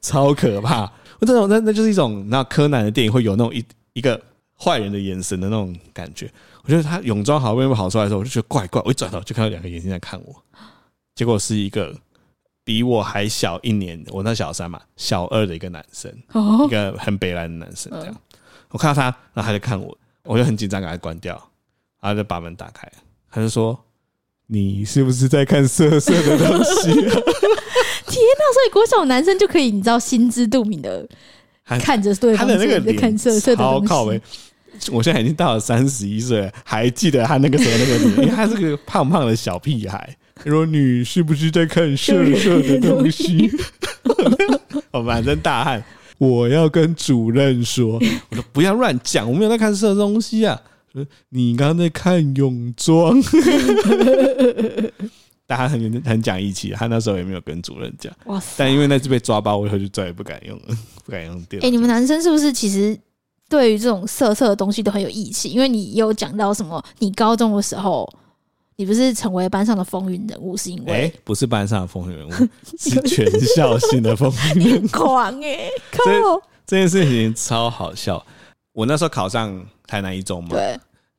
[SPEAKER 2] 超可怕！我这种那那就是一种那柯南的电影会有那种一一个坏人的眼神的那种感觉。我觉得他泳装好不容易跑出来的时候，我就觉得怪怪，我一转头就看到两个眼睛在看我，结果是一个比我还小一年，我那小三嘛，小二的一个男生。一
[SPEAKER 1] 哦，
[SPEAKER 2] 个很北蓝的男生这样
[SPEAKER 1] 嗯。
[SPEAKER 2] 我看到他，然后他就看我，我就很紧张，赶快关掉，然后就把门打开，他就说：“你是不是在看色色的东西、啊
[SPEAKER 1] 那所以国小男生就可以，你知道心知肚明的
[SPEAKER 2] 他
[SPEAKER 1] 看着对？”
[SPEAKER 2] 他
[SPEAKER 1] 方
[SPEAKER 2] 的那个
[SPEAKER 1] 在看
[SPEAKER 2] 脸
[SPEAKER 1] 色色的
[SPEAKER 2] 超靠
[SPEAKER 1] 东
[SPEAKER 2] 欸背
[SPEAKER 1] 西，。
[SPEAKER 2] 我现在已经到了三十一岁了，还记得他那个时候那个脸，因为他是个胖胖的小屁孩。他说：“你是不是在看色色的东西？” *laughs* 我满身大汗，我要跟主任说，我说不要乱讲，我没有在看色的东西啊。你刚刚在看
[SPEAKER 1] *laughs*
[SPEAKER 2] 泳装，但他很很讲义气，他那时候也没有跟主任讲，
[SPEAKER 1] 哇塞！
[SPEAKER 2] 但因为那次被抓包，我以后就再也不敢用了，不敢用电脑。
[SPEAKER 1] 哎、你们男生是不是其实对于这种色色的东西都很有义气？因为你有讲到什么，你高中的时候你不是成为班上的风云人物，是因
[SPEAKER 2] 哎、
[SPEAKER 1] 为
[SPEAKER 2] 不是班上的
[SPEAKER 1] *laughs*
[SPEAKER 2] 风云人物，是全校性的风云人物。
[SPEAKER 1] 狂 *laughs* 哎、
[SPEAKER 2] 这
[SPEAKER 1] 靠！
[SPEAKER 2] 这件事情超好笑。我那时候考上台南一中嘛，
[SPEAKER 1] 对，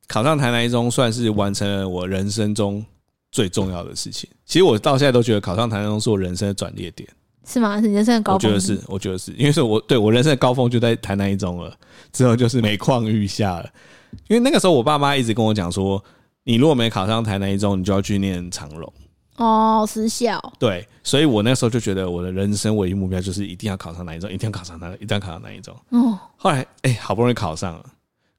[SPEAKER 2] 考上台南一中算是完成了我人生中最重要的事情。其实我到现在都觉得考上台南一中是我人生的转捩点。
[SPEAKER 1] 是吗？是你人生的高
[SPEAKER 2] 我
[SPEAKER 1] 峰？
[SPEAKER 2] 觉得是，我觉得是，因为是我对我人生的高峰就在台南一中了，之后就是每况愈下了。因为那个时候我爸妈一直跟我讲说，你如果没考上台南一中，你就要去念长隆。
[SPEAKER 1] 哦，私校
[SPEAKER 2] 对，所以我那时候就觉得我的人生唯一目标就是一定要考上哪一中，一定要考上哪，一定要考上哪一中。
[SPEAKER 1] 哦，
[SPEAKER 2] 后来哎、好不容易考上了，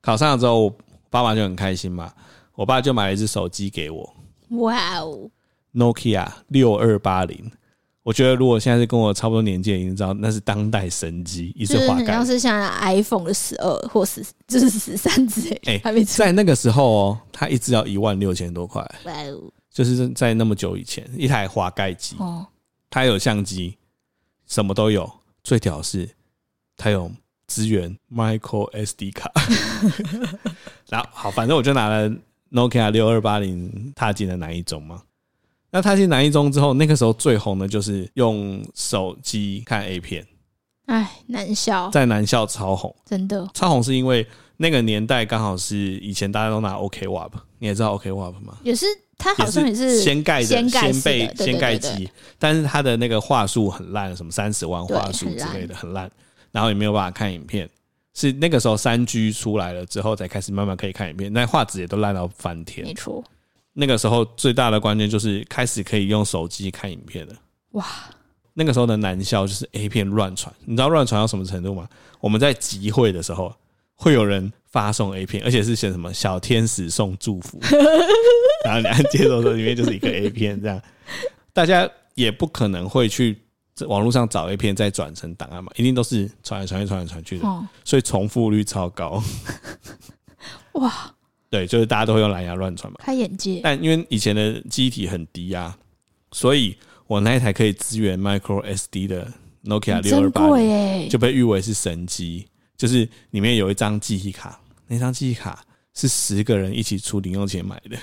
[SPEAKER 2] 考上了之后，我爸妈就很开心嘛，我爸就买了一只手机给我
[SPEAKER 1] 哇哦，
[SPEAKER 2] ，Nokia 六二八零。我觉得如果现在是跟我差不多年纪的，已经知道那是当代神机，一
[SPEAKER 1] 就
[SPEAKER 2] 次
[SPEAKER 1] 是
[SPEAKER 2] 滑
[SPEAKER 1] 很
[SPEAKER 2] 盖
[SPEAKER 1] 像。嗯是像 iPhone 的十二或十，就是十三之类的，
[SPEAKER 2] 哎
[SPEAKER 1] 还没出。
[SPEAKER 2] 在那个时候哦，它一只要一万六千多块，
[SPEAKER 1] 哇哦，
[SPEAKER 2] 就是在那么久以前，一台滑盖机，
[SPEAKER 1] 哦，
[SPEAKER 2] 它有相机，什么都有。最屌的是，它有支援 micro SD 卡。 *laughs* 然后好，反正我就拿了 Nokia 六二八零踏进了南一中嘛。那踏进南一中之后，那个时候最红的就是用手机看 A 片，
[SPEAKER 1] 哎，难笑，
[SPEAKER 2] 在南校超红。
[SPEAKER 1] 真的。
[SPEAKER 2] 超红是因为那个年代刚好是以前大家都拿 OK WAP，你也知道 OK WAP 吗？
[SPEAKER 1] 也是，他好像也是
[SPEAKER 2] 掀盖的
[SPEAKER 1] 掀盖
[SPEAKER 2] 掀
[SPEAKER 1] 式
[SPEAKER 2] 被
[SPEAKER 1] 的对对
[SPEAKER 2] 掀盖
[SPEAKER 1] 对
[SPEAKER 2] 机，但是它的那个话术很烂，什么三十万话术
[SPEAKER 1] 对
[SPEAKER 2] 之
[SPEAKER 1] 很
[SPEAKER 2] 类的很烂，然后也没有办法看影片。是那个时候三 G 出来了之后，才开始慢慢可以看影片，那画质也都烂到翻
[SPEAKER 1] 没
[SPEAKER 2] 天。
[SPEAKER 1] 错。
[SPEAKER 2] 那个时候最大的关键就是开始可以用手机看影片了。
[SPEAKER 1] 哇，
[SPEAKER 2] 那个时候的男校就是 A 片乱传，你知道乱传到什么程度吗？我们在集会的时候，会有人发送 A 片，而且是写什么“小天使送祝福”，
[SPEAKER 1] *laughs*
[SPEAKER 2] 然后你按接收的时候，里面就是一个 A 片，这样大家也不可能会去网络上找 A 片再转成档案嘛，一定都是传来传去、传来传去的，
[SPEAKER 1] 哦，
[SPEAKER 2] 所以重复率超高。
[SPEAKER 1] 哇，
[SPEAKER 2] 对，就是大家都会用蓝牙乱传嘛。
[SPEAKER 1] 开眼界，
[SPEAKER 2] *laughs* 但因为以前的机体很低啊，所以我那一台可以支援 micro SD 的 Nokia
[SPEAKER 1] 很
[SPEAKER 2] 六二
[SPEAKER 1] 珍
[SPEAKER 2] 八
[SPEAKER 1] 哦贵欸耶！
[SPEAKER 2] 就被誉为是神机，就是里面有一张记忆卡，那张记忆卡是十个人一起出零用钱买
[SPEAKER 1] *laughs*
[SPEAKER 2] 的，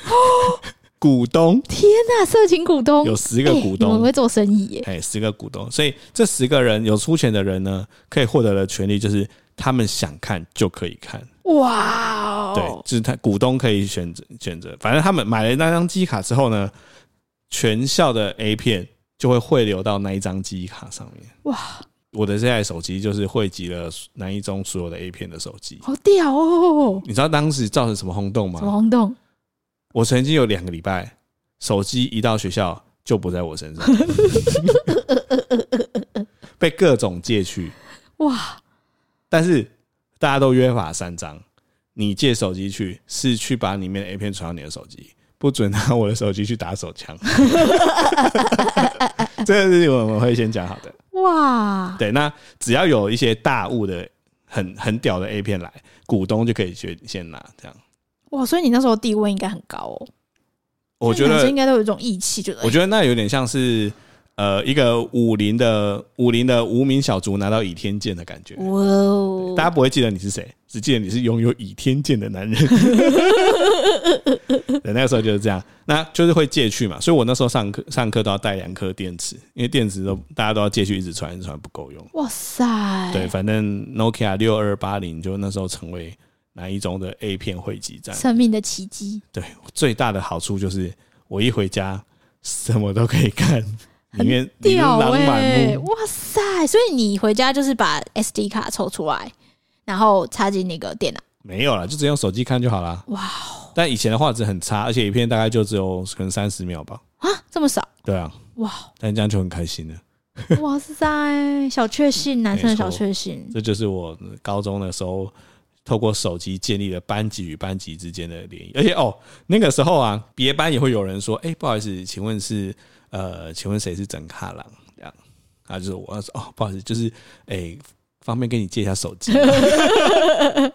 [SPEAKER 2] 股东
[SPEAKER 1] 天哪，啊色情股东
[SPEAKER 2] 有十个
[SPEAKER 1] 哎
[SPEAKER 2] 股
[SPEAKER 1] 你们
[SPEAKER 2] 东
[SPEAKER 1] 会，做生意耶？
[SPEAKER 2] 哎，十个股东，所以这十个人有出钱的人呢，可以获得的权利就是他们想看就可以看。
[SPEAKER 1] 哇
[SPEAKER 2] 对，
[SPEAKER 1] 哦，
[SPEAKER 2] 就是他股东可以选择选择，反正他们买了那张记忆卡之后呢，全校的 A 片就会汇流到那一张记忆卡上面。
[SPEAKER 1] 哇，
[SPEAKER 2] 我的这台手机就是汇集了南一中所有的 A 片的手机。
[SPEAKER 1] 好屌哦！
[SPEAKER 2] 你知道当时造成什么轰动
[SPEAKER 1] 什么
[SPEAKER 2] 吗？
[SPEAKER 1] 轰动？
[SPEAKER 2] 我曾经有两个礼拜，手机一到学校就不在我身上，被各种借去。
[SPEAKER 1] 哇，
[SPEAKER 2] 但是大家都约法三章，你借手机去是去把里面的 A 片传到你的手机，不准拿我的手机去打手枪。 *laughs* 这个事情我们会先讲好的。
[SPEAKER 1] 哇，
[SPEAKER 2] 对，那只要有一些大物的很很屌的 A 片来，股东就可以先先拿这样。
[SPEAKER 1] 哇！所以你那时候地位应该很高哦。
[SPEAKER 2] 我觉
[SPEAKER 1] 男
[SPEAKER 2] 得
[SPEAKER 1] 生应该都有一种义气，就是
[SPEAKER 2] 我觉得那有点像是呃一个武林的武林的无名小卒拿到倚天剑的感觉。
[SPEAKER 1] 哇哦，
[SPEAKER 2] 大家不会记得你是谁，只记得你是拥有倚天剑的男人。对，那个时候就是这样，那就是会借去嘛。所以我那时候上课上课都要带两颗电池，因为电池都大家都要借去，一直传一直传不够用。
[SPEAKER 1] 哇塞，
[SPEAKER 2] 对，反正 Nokia 六二八零就那时候成为南一中的 A 片汇集站。
[SPEAKER 1] 生命的奇迹，
[SPEAKER 2] 最大的好处就是我一回家什么都可以看，里面琳
[SPEAKER 1] 屌
[SPEAKER 2] 琅满
[SPEAKER 1] 哎、
[SPEAKER 2] 目。
[SPEAKER 1] 哇塞！所以你回家就是把 SD 卡抽出来，然后插进那个电脑，
[SPEAKER 2] 没有啦，就只用手机看就好啦。
[SPEAKER 1] 哇
[SPEAKER 2] 但以前的画质很差，而且影片大概就只有可能三十秒吧。
[SPEAKER 1] 啊，这么
[SPEAKER 2] *laughs*
[SPEAKER 1] 少，
[SPEAKER 2] 对啊，
[SPEAKER 1] 哇
[SPEAKER 2] 但这样就很开心了。
[SPEAKER 1] 哇塞，小确幸，男生的小确幸，
[SPEAKER 2] 这就是我高中的时候透过手机建立了班级与班级之间的联谊。而且哦，那个时候啊，别班也会有人说：“哎、不好意思，请问是呃，请问谁是整卡郎？”这样啊，就是我说：“哦，不好意思，就是哎、方便跟你借一下手机。”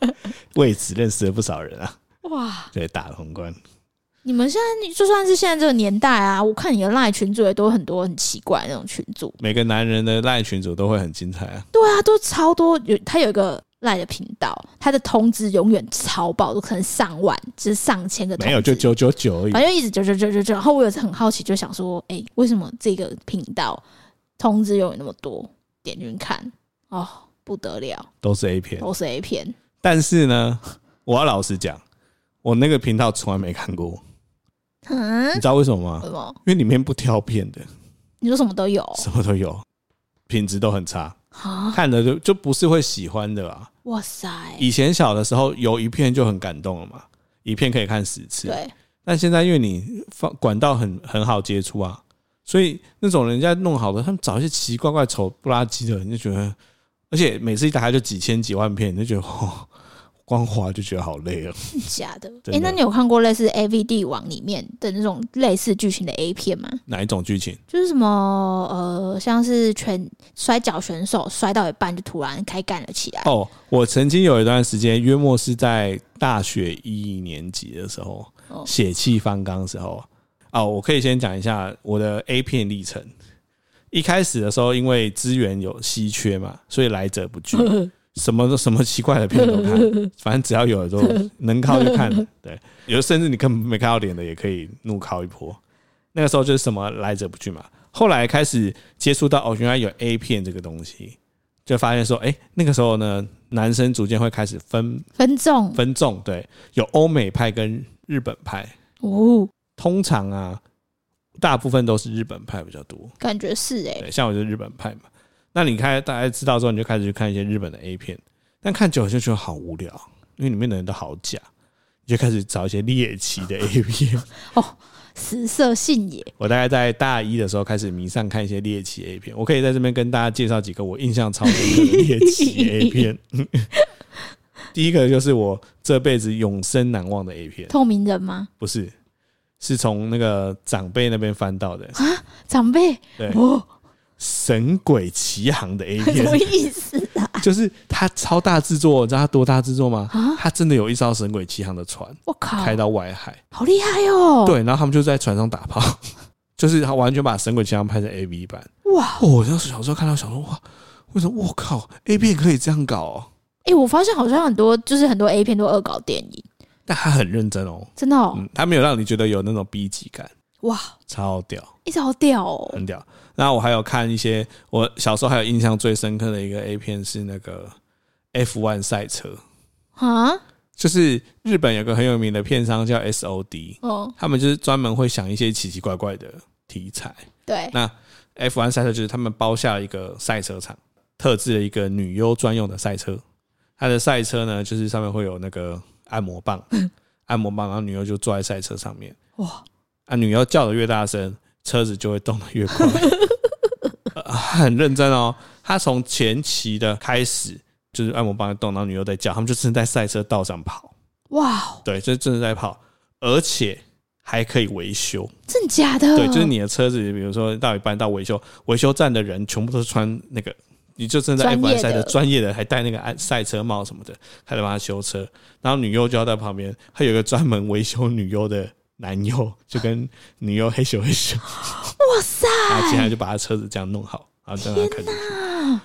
[SPEAKER 2] *laughs* 为此认识了不少人啊，
[SPEAKER 1] 哇！
[SPEAKER 2] 对，打了宏观。
[SPEAKER 1] 你们现在就算是现在这个年代啊，我看你的赖群组也都有很多很奇怪的那种群组，
[SPEAKER 2] 每个男人的赖群组都会很精彩啊。
[SPEAKER 1] 对啊，都超多有，他有一个赖的频道，它的通知永远超爆，都可能上万，就是上千个通知。
[SPEAKER 2] 没有就九九九而已
[SPEAKER 1] 反。正一直九九九九九。然后我有次很好奇，就想说，哎、为什么这个频道通知永远那么多？点进去看，哦，不得了，
[SPEAKER 2] 都是 A 片。
[SPEAKER 1] 都是 A 片。
[SPEAKER 2] 但是呢，我要老实讲，我那个频道从来没看过，
[SPEAKER 1] 嗯
[SPEAKER 2] 你，知道为什么吗？
[SPEAKER 1] 什么？
[SPEAKER 2] 因为里面不挑片的，
[SPEAKER 1] 你说什么都有
[SPEAKER 2] 什么都有，品质都很差，
[SPEAKER 1] 啊？
[SPEAKER 2] 看了就就不是会喜欢的啦。
[SPEAKER 1] 哇塞，
[SPEAKER 2] 以前小的时候有一片就很感动了嘛，一片可以看十次。
[SPEAKER 1] 对，
[SPEAKER 2] 但现在因为你放管道很很好接触啊，所以那种人家弄好的，他们找一些奇奇怪怪、丑不拉几的，你就觉得，而且每次一打开就几千几万片，你就觉得哦，光滑就觉得好累哦。
[SPEAKER 1] 真假的？
[SPEAKER 2] 真
[SPEAKER 1] 哎、
[SPEAKER 2] 的
[SPEAKER 1] 那你有看过类似 A V 帝王里面的那种类似剧情的 A 片吗？
[SPEAKER 2] 哪一种剧情？
[SPEAKER 1] 就是什么呃，像是拳摔跤选手摔到一半就突然开干了起来，
[SPEAKER 2] 哦，我曾经有一段时间，约莫是在大学一年级的时候
[SPEAKER 1] 哦，
[SPEAKER 2] 血气方刚的时候。哦，我可以先讲一下我的 A 片历程。一开始的时候，因为资源有稀缺嘛，所以来者不拒，什么都什么奇怪的片都看，反正只要有的都能靠就看了。对，有的甚至你根本没看到脸的也可以怒靠一波。那个时候就是什么来者不拒嘛。后来开始接触到哦，原来有 A 片这个东西，就发现说，哎、那个时候呢，男生逐渐会开始分
[SPEAKER 1] 分众
[SPEAKER 2] 分众，对，有欧美派跟日本派。
[SPEAKER 1] 哦，
[SPEAKER 2] 通常啊，大部分都是日本派比较多，
[SPEAKER 1] 感觉是哎、
[SPEAKER 2] 对，像我就是日本派嘛。那你开大家知道之后，你就开始去看一些日本的 A 片，但看久了就觉得好无聊，因为里面的人都好假，你就开始找一些猎奇的 A 片。
[SPEAKER 1] 食色性也，
[SPEAKER 2] 我大概在大一的时候开始迷上看一些猎奇 A 片，我可以在这边跟大家介绍几个我印象超深刻的猎奇
[SPEAKER 1] *laughs*
[SPEAKER 2] A 片。第一个就是我这辈子永生难忘的 A 片，
[SPEAKER 1] 透明人吗？
[SPEAKER 2] 不是，是从那个长辈那边翻到的《
[SPEAKER 1] 长辈
[SPEAKER 2] 对
[SPEAKER 1] 哦，
[SPEAKER 2] 神鬼奇航》的 A
[SPEAKER 1] *laughs* 什么
[SPEAKER 2] 片，
[SPEAKER 1] 意思啊？ *laughs*
[SPEAKER 2] 就是它超大制作，你知道它多大制作吗
[SPEAKER 1] 啊？
[SPEAKER 2] 它真的有一艘神鬼奇航的船
[SPEAKER 1] 我靠，
[SPEAKER 2] 开到外海，
[SPEAKER 1] 好厉害哦！，
[SPEAKER 2] 对，然后他们就在船上打炮， *laughs* 就是他完全把神鬼奇航拍成 A V 版。
[SPEAKER 1] 哇，
[SPEAKER 2] 哦，我当时小时候看到，想说哇，为什么我靠 A 片可以这样搞哦？
[SPEAKER 1] 哎、我发现好像很多就是很多 A 片都恶搞电影，
[SPEAKER 2] 但他很认真哦，
[SPEAKER 1] 真的哦，
[SPEAKER 2] 嗯，他没有让你觉得有那种逼急感，
[SPEAKER 1] 哇，
[SPEAKER 2] 超屌，
[SPEAKER 1] 一直好屌哦，
[SPEAKER 2] 很屌。然后我还有看一些，我小时候还有印象最深刻的一个 A 片是那个 F1 赛车，
[SPEAKER 1] 啊，
[SPEAKER 2] 嗯就是日本有个很有名的片商叫 SOD，
[SPEAKER 1] 哦，
[SPEAKER 2] 他们就是专门会想一些奇奇怪怪的题材。
[SPEAKER 1] 对，
[SPEAKER 2] 那 F1 赛车就是他们包下了一个赛车场，特制了一个女优专用的赛车。它的赛车呢，就是上面会有那个按摩棒， *laughs* 按摩棒，然后女优就坐在赛车上面。
[SPEAKER 1] 哇，
[SPEAKER 2] 啊，女优叫的越大声，车子就会动的越快。呃很认真哦，他从前期的开始就是按摩棒在动，然后女优在叫，他们就真的在赛车道上跑，
[SPEAKER 1] 哇哦，
[SPEAKER 2] 对，这真的在跑，而且还可以维修。
[SPEAKER 1] 真假的？
[SPEAKER 2] 对，就是你的车子，比如说到一半到维修，维修站的人全部都是穿那个，你就正在 F
[SPEAKER 1] 专业
[SPEAKER 2] 1
[SPEAKER 1] 的
[SPEAKER 2] 赛的专业的，还戴那个安赛车帽什么的，还得帮他修车。然后女优就要在旁边，还有一个专门维修女优的男优，就跟女优嘿咻嘿咻，
[SPEAKER 1] 哇塞，
[SPEAKER 2] 然后接下来就把他车子这样弄好，然后让他开出去，
[SPEAKER 1] 啊，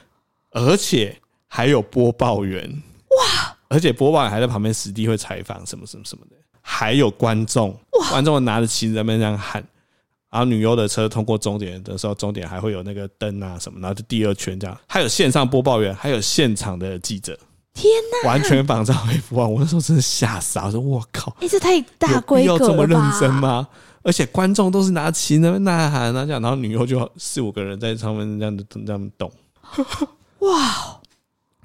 [SPEAKER 2] 而且还有播报员哇，而且播报员还在旁边实地会采访什么什么什么的，还有观众，观众拿着旗子在那边这样喊。然后女优的车通过终点的时候，终点还会有那个灯啊什么，然后就第二圈这样。还有线上播报员，还有现场的记者，
[SPEAKER 1] 天哪！
[SPEAKER 2] 完全仿照 F1。我那时候真的吓傻，我说我靠，
[SPEAKER 1] 哎、这太大
[SPEAKER 2] 有
[SPEAKER 1] 规
[SPEAKER 2] 必
[SPEAKER 1] 格
[SPEAKER 2] 要
[SPEAKER 1] 了
[SPEAKER 2] 这么认
[SPEAKER 1] 吧
[SPEAKER 2] 真？吗？而且观众都是拿旗那边呐喊啊，这样，然后女优就四五个人在上面这样子这样动。
[SPEAKER 1] *laughs* 哇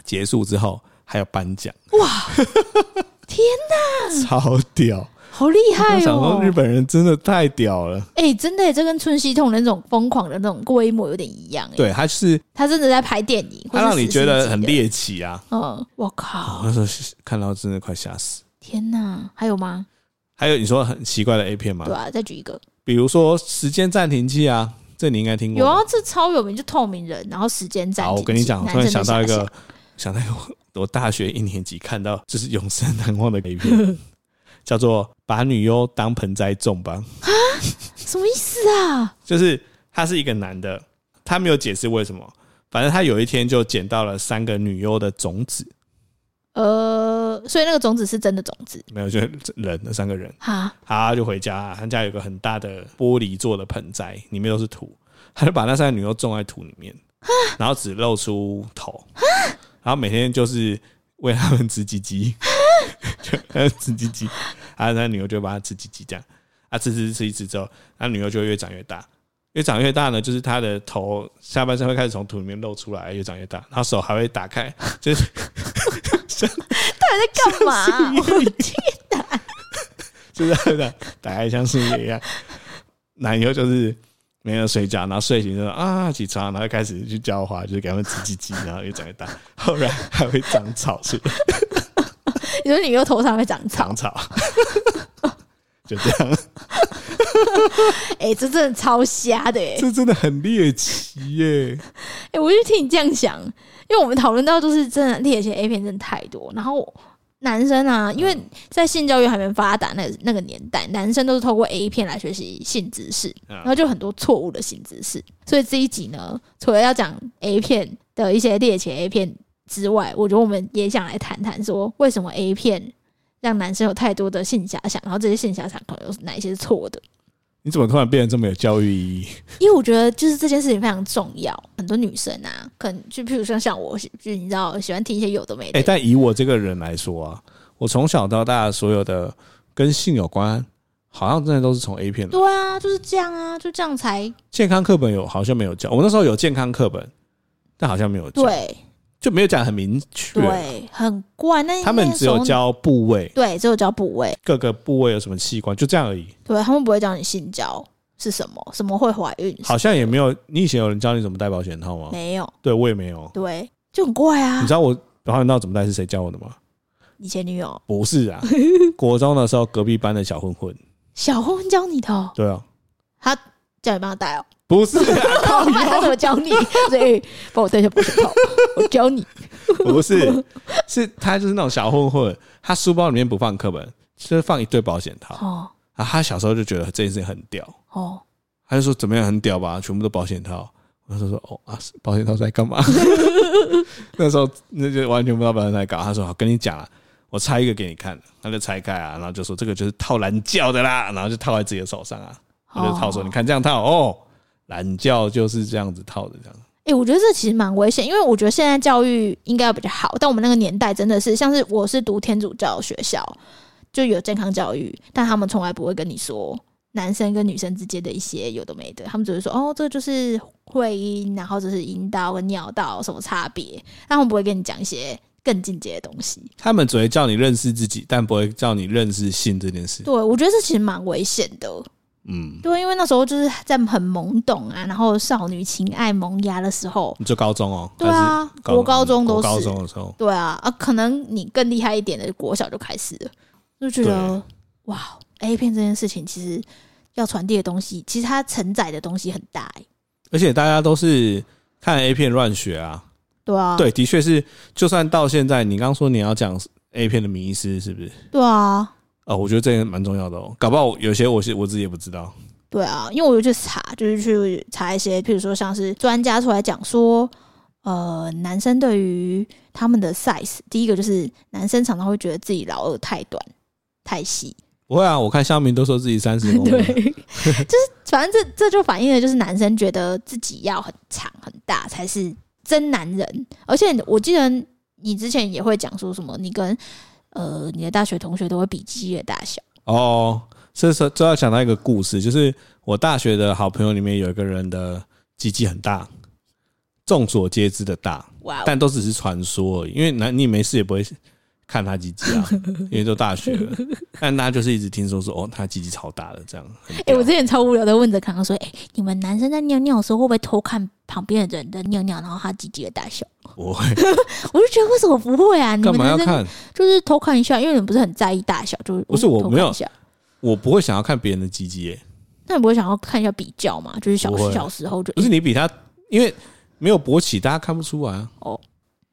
[SPEAKER 2] 结束之后还有颁奖，
[SPEAKER 1] 哇， *laughs* 天哪，
[SPEAKER 2] 超屌！
[SPEAKER 1] 好厉
[SPEAKER 2] 我
[SPEAKER 1] 害
[SPEAKER 2] 想
[SPEAKER 1] 哦
[SPEAKER 2] 说！日本人真的太屌了。
[SPEAKER 1] 哎、真的耶，这跟春熙痛的那种疯狂的那种规模有点一样。，哎
[SPEAKER 2] 对，他是
[SPEAKER 1] 他真的在拍电影，或
[SPEAKER 2] 他
[SPEAKER 1] 是
[SPEAKER 2] 让你
[SPEAKER 1] 史诗
[SPEAKER 2] 觉得很
[SPEAKER 1] 级的。
[SPEAKER 2] 猎奇啊！
[SPEAKER 1] 嗯，我
[SPEAKER 2] 我
[SPEAKER 1] 靠，
[SPEAKER 2] 那时候看到真的快吓死。
[SPEAKER 1] 天哪！还有
[SPEAKER 2] *laughs*
[SPEAKER 1] 吗？
[SPEAKER 2] 还有你说很奇怪的 A 片吗
[SPEAKER 1] 对？啊，再举一个，
[SPEAKER 2] 比如说时间暂停器啊，这你应该听过。
[SPEAKER 1] 有啊，这超有名，就透明人，然后时间暂
[SPEAKER 2] 好，
[SPEAKER 1] 停器。
[SPEAKER 2] 我跟你讲，我突然
[SPEAKER 1] 男生
[SPEAKER 2] 想
[SPEAKER 1] 的
[SPEAKER 2] 到一
[SPEAKER 1] 遐
[SPEAKER 2] 个
[SPEAKER 1] 想，
[SPEAKER 2] 想到一个我我大学一年级看到就是永生难忘的 A 片，叫做“把女优当盆栽种吧
[SPEAKER 1] 什么意思啊”，？
[SPEAKER 2] 就是他是一个男的，他没有解释为什么，反正他有一天就捡到了三个女优的种子，
[SPEAKER 1] 呃，所以那个种子是真的种子
[SPEAKER 2] 没有，就是人那三个人， *laughs*
[SPEAKER 1] 哈，
[SPEAKER 2] 他就回家，他家有个很大的玻璃做的盆栽，里面都是土， *laughs* 他就把那三个女优种在土里面，然后只露出头，然后每天就是喂他们吃鸡鸡， *laughs* 就它吃鸡鸡，啊，那女优就帮它吃鸡鸡这样，啊，吃吃吃一吃之后，那女优就会越长越大。越长越大呢，就是她的头下半身会开始从土里面露出来，越长越大，然后手还会打开， *laughs* 就是
[SPEAKER 1] 到底在干嘛、我天
[SPEAKER 2] 就是他的打开像是一样。奶油就是没有睡觉，然后睡醒就说啊起床，然后开始去浇花，就是给他们吃鸡鸡，然后越长越大，后来还会长草是吧
[SPEAKER 1] *laughs* 你说你又头上会长草
[SPEAKER 2] 长，草，就这样，
[SPEAKER 1] 哎、这真的超瞎的哎、
[SPEAKER 2] 这真的很猎奇耶！
[SPEAKER 1] 哎、我就听你这样想，因为我们讨论到就是真的猎奇 A 片真的太多，然后男生啊，因为在性教育还没发达那个那个年代，男生都是透过 A 片来学习性知识，
[SPEAKER 2] 嗯
[SPEAKER 1] 然后就很多错误的性知识。所以这一集呢，除了要讲 A 片的一些猎奇 A 片之外，我觉得我们也想来谈谈说为什么 A 片。让男生有太多的性遐想，然后这些性遐想可能有哪一些是错的？
[SPEAKER 2] 你怎么突然变得这么有教育意义？
[SPEAKER 1] 因为我觉得就是这件事情非常重要，很多女生啊，可能就譬如说像我，就你知道喜欢听一些有的没的，
[SPEAKER 2] 哎、但以我这个人来说啊，我从小到大所有的跟性有关，好像真的都是从 A 片来。
[SPEAKER 1] 对啊，就是这样啊，就这样才
[SPEAKER 2] 健康课本有好像没有教，我那时候有健康课本，但好像没有教。
[SPEAKER 1] 对
[SPEAKER 2] 就没有讲得很明确。
[SPEAKER 1] 对，很怪。那
[SPEAKER 2] 他们只有
[SPEAKER 1] 那时候
[SPEAKER 2] 教部位，
[SPEAKER 1] 对，只有教部位，
[SPEAKER 2] 各个部位有什么器官，就这样而已。
[SPEAKER 1] 对他们不会教你性交是什么，什么会怀孕，
[SPEAKER 2] 好像也没有，你以前有人教你怎么戴保险套吗？
[SPEAKER 1] 没有，
[SPEAKER 2] 对我也没有。
[SPEAKER 1] 对，就很怪啊
[SPEAKER 2] 你。知道我保险套怎么戴是谁教我的
[SPEAKER 1] *laughs*
[SPEAKER 2] 吗？
[SPEAKER 1] 你前女友
[SPEAKER 2] 不是
[SPEAKER 1] *laughs*
[SPEAKER 2] 啊，国中的时候隔壁班的小混混。
[SPEAKER 1] 小混教你的、哦，
[SPEAKER 2] 对啊，
[SPEAKER 1] 他叫你帮他戴
[SPEAKER 2] *laughs*
[SPEAKER 1] 哦，
[SPEAKER 2] 不是啊， *laughs* 靠
[SPEAKER 1] 不然他怎么教你？所以帮我戴一下保险套，我教你。
[SPEAKER 2] 不是，是他就是那种小混混，他书包里面不放课本，就是放一堆保险套。
[SPEAKER 1] 哦
[SPEAKER 2] 啊，他小时候就觉得这件事情很屌，
[SPEAKER 1] 哦，
[SPEAKER 2] 他就说怎么样很屌吧，全部都保险套。我就说哦啊，保险套在干嘛？ *laughs* 那时候那就完全不知道保险套在搞。他说好，跟你讲啊，我拆一个给你看。他就拆开啊，然后就说这个就是套蓝教的啦，然后就套在自己的手上啊。他就套说、
[SPEAKER 1] 哦
[SPEAKER 2] 你看这样套哦，蓝教就是这样子套的这样。
[SPEAKER 1] 哎、我觉得这其实蛮危险，因为我觉得现在教育应该要比较好，但我们那个年代真的是，像是我是读天主教学校，就有健康教育，但他们从来不会跟你说男生跟女生之间的一些有的没的，他们只是说哦，这就是会阴，然后这是阴道跟尿道有什么差别，但他们不会跟你讲一些更进阶的东西。
[SPEAKER 2] 他们只会叫你认识自己，但不会叫你认识性这件事。
[SPEAKER 1] 对，我觉得这其实蛮危险的。
[SPEAKER 2] 嗯，
[SPEAKER 1] 对，因为那时候就是在很懵懂啊，然后少女情爱萌芽的时候，
[SPEAKER 2] 你就高中哦，
[SPEAKER 1] 对啊
[SPEAKER 2] 还是
[SPEAKER 1] 国高中都是
[SPEAKER 2] 国高中的时候，
[SPEAKER 1] 对啊，啊，可能你更厉害一点的国小就开始了，就觉得哇，A 片这件事情其实要传递的东西，其实它承载的东西很大、欸，
[SPEAKER 2] 而且大家都是看 A 片乱学啊。
[SPEAKER 1] 对啊，
[SPEAKER 2] 对，的确是，就算到现在，你刚刚说你要讲 A 片的迷思，是不是？
[SPEAKER 1] 对啊，
[SPEAKER 2] 哦，我觉得这个蛮重要的哦，搞不好有些我是我自己也不知道。
[SPEAKER 1] 对啊，因为我有去查，就是去查一些，譬如说像是专家出来讲说，呃，男生对于他们的 size，第一个就是男生常常会觉得自己老二太短太细，
[SPEAKER 2] 不会啊，我看乡民都说自己三十公
[SPEAKER 1] 对，
[SPEAKER 2] 分，
[SPEAKER 1] 就是反正这这就反映了，就是男生觉得自己要很长很大才是真男人。而且我记得你之前也会讲说什么，你跟呃你的大学同学都会比鸡的大小。
[SPEAKER 2] 哦，这时候就要想到一个故事，就是我大学的好朋友里面有一个人的鸡鸡很大，众所皆知的大，
[SPEAKER 1] 哇、哦
[SPEAKER 2] 但都只是传说而已，因为男你没事也不会看他鸡鸡啊，因为都大学了， *laughs* 但大家就是一直听说说哦，他鸡鸡超大的这样。很
[SPEAKER 1] 哎、
[SPEAKER 2] 屌
[SPEAKER 1] 我之前超无聊的问着康康说：“哎、你们男生在尿尿的时候会不会偷看旁边的人的尿尿，然后他鸡鸡的大小
[SPEAKER 2] 我会？”
[SPEAKER 1] 我就觉得为什么不会啊？你
[SPEAKER 2] 干
[SPEAKER 1] 们
[SPEAKER 2] 嘛要
[SPEAKER 1] 男生
[SPEAKER 2] 看？
[SPEAKER 1] 就是偷看一下，因为你们不是很在意大小，就是嗯
[SPEAKER 2] 不是我
[SPEAKER 1] 偷
[SPEAKER 2] 没
[SPEAKER 1] 看
[SPEAKER 2] 有
[SPEAKER 1] 一下
[SPEAKER 2] 我不会想要看别人的鸡鸡耶，
[SPEAKER 1] 那你不会想要看一下比较嘛？就是小
[SPEAKER 2] 不会啊
[SPEAKER 1] 小时候就
[SPEAKER 2] 不是你比他，因为没有勃起，大家看不出来啊。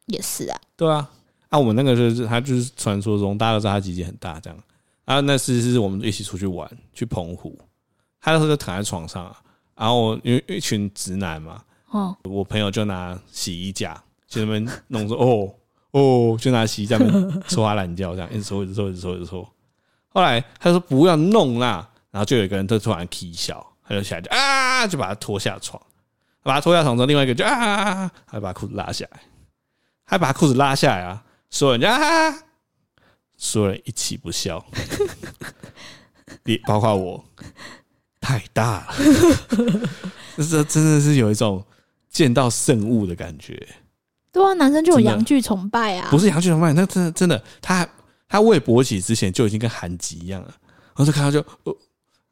[SPEAKER 1] 也是啊，
[SPEAKER 2] 对啊，啊，我们那个就是他就是传说中大家都知道他鸡鸡很大这样啊。那次是我们一起出去玩去澎湖，他那时候就躺在床上啊，然后我因为一群直男嘛，
[SPEAKER 1] 哦、
[SPEAKER 2] 我朋友就拿洗衣架去那边弄说 *laughs* 哦。哦哦，就拿洗衣在那边搓他懒觉，这样一直搓，一直搓，一直搓，一直搓。后来他说不要弄啦，然后就有一个人就突然啼笑，他就起来就啊，就把他拖下床，把他拖下床之后，另外一个就啊，还把他裤子拉下来，还把他裤子拉下来啊，所有人就啊，所有人一起不笑，也包括我，太大了， *laughs* 这真的是有一种见到圣物的感觉。
[SPEAKER 1] 对啊，男生就有
[SPEAKER 2] 真的
[SPEAKER 1] 阳具崇拜啊，
[SPEAKER 2] 不是杨俊龙卖，那真的真的，他他未勃起之前就已经跟韩吉一样了。然后就看到就，呃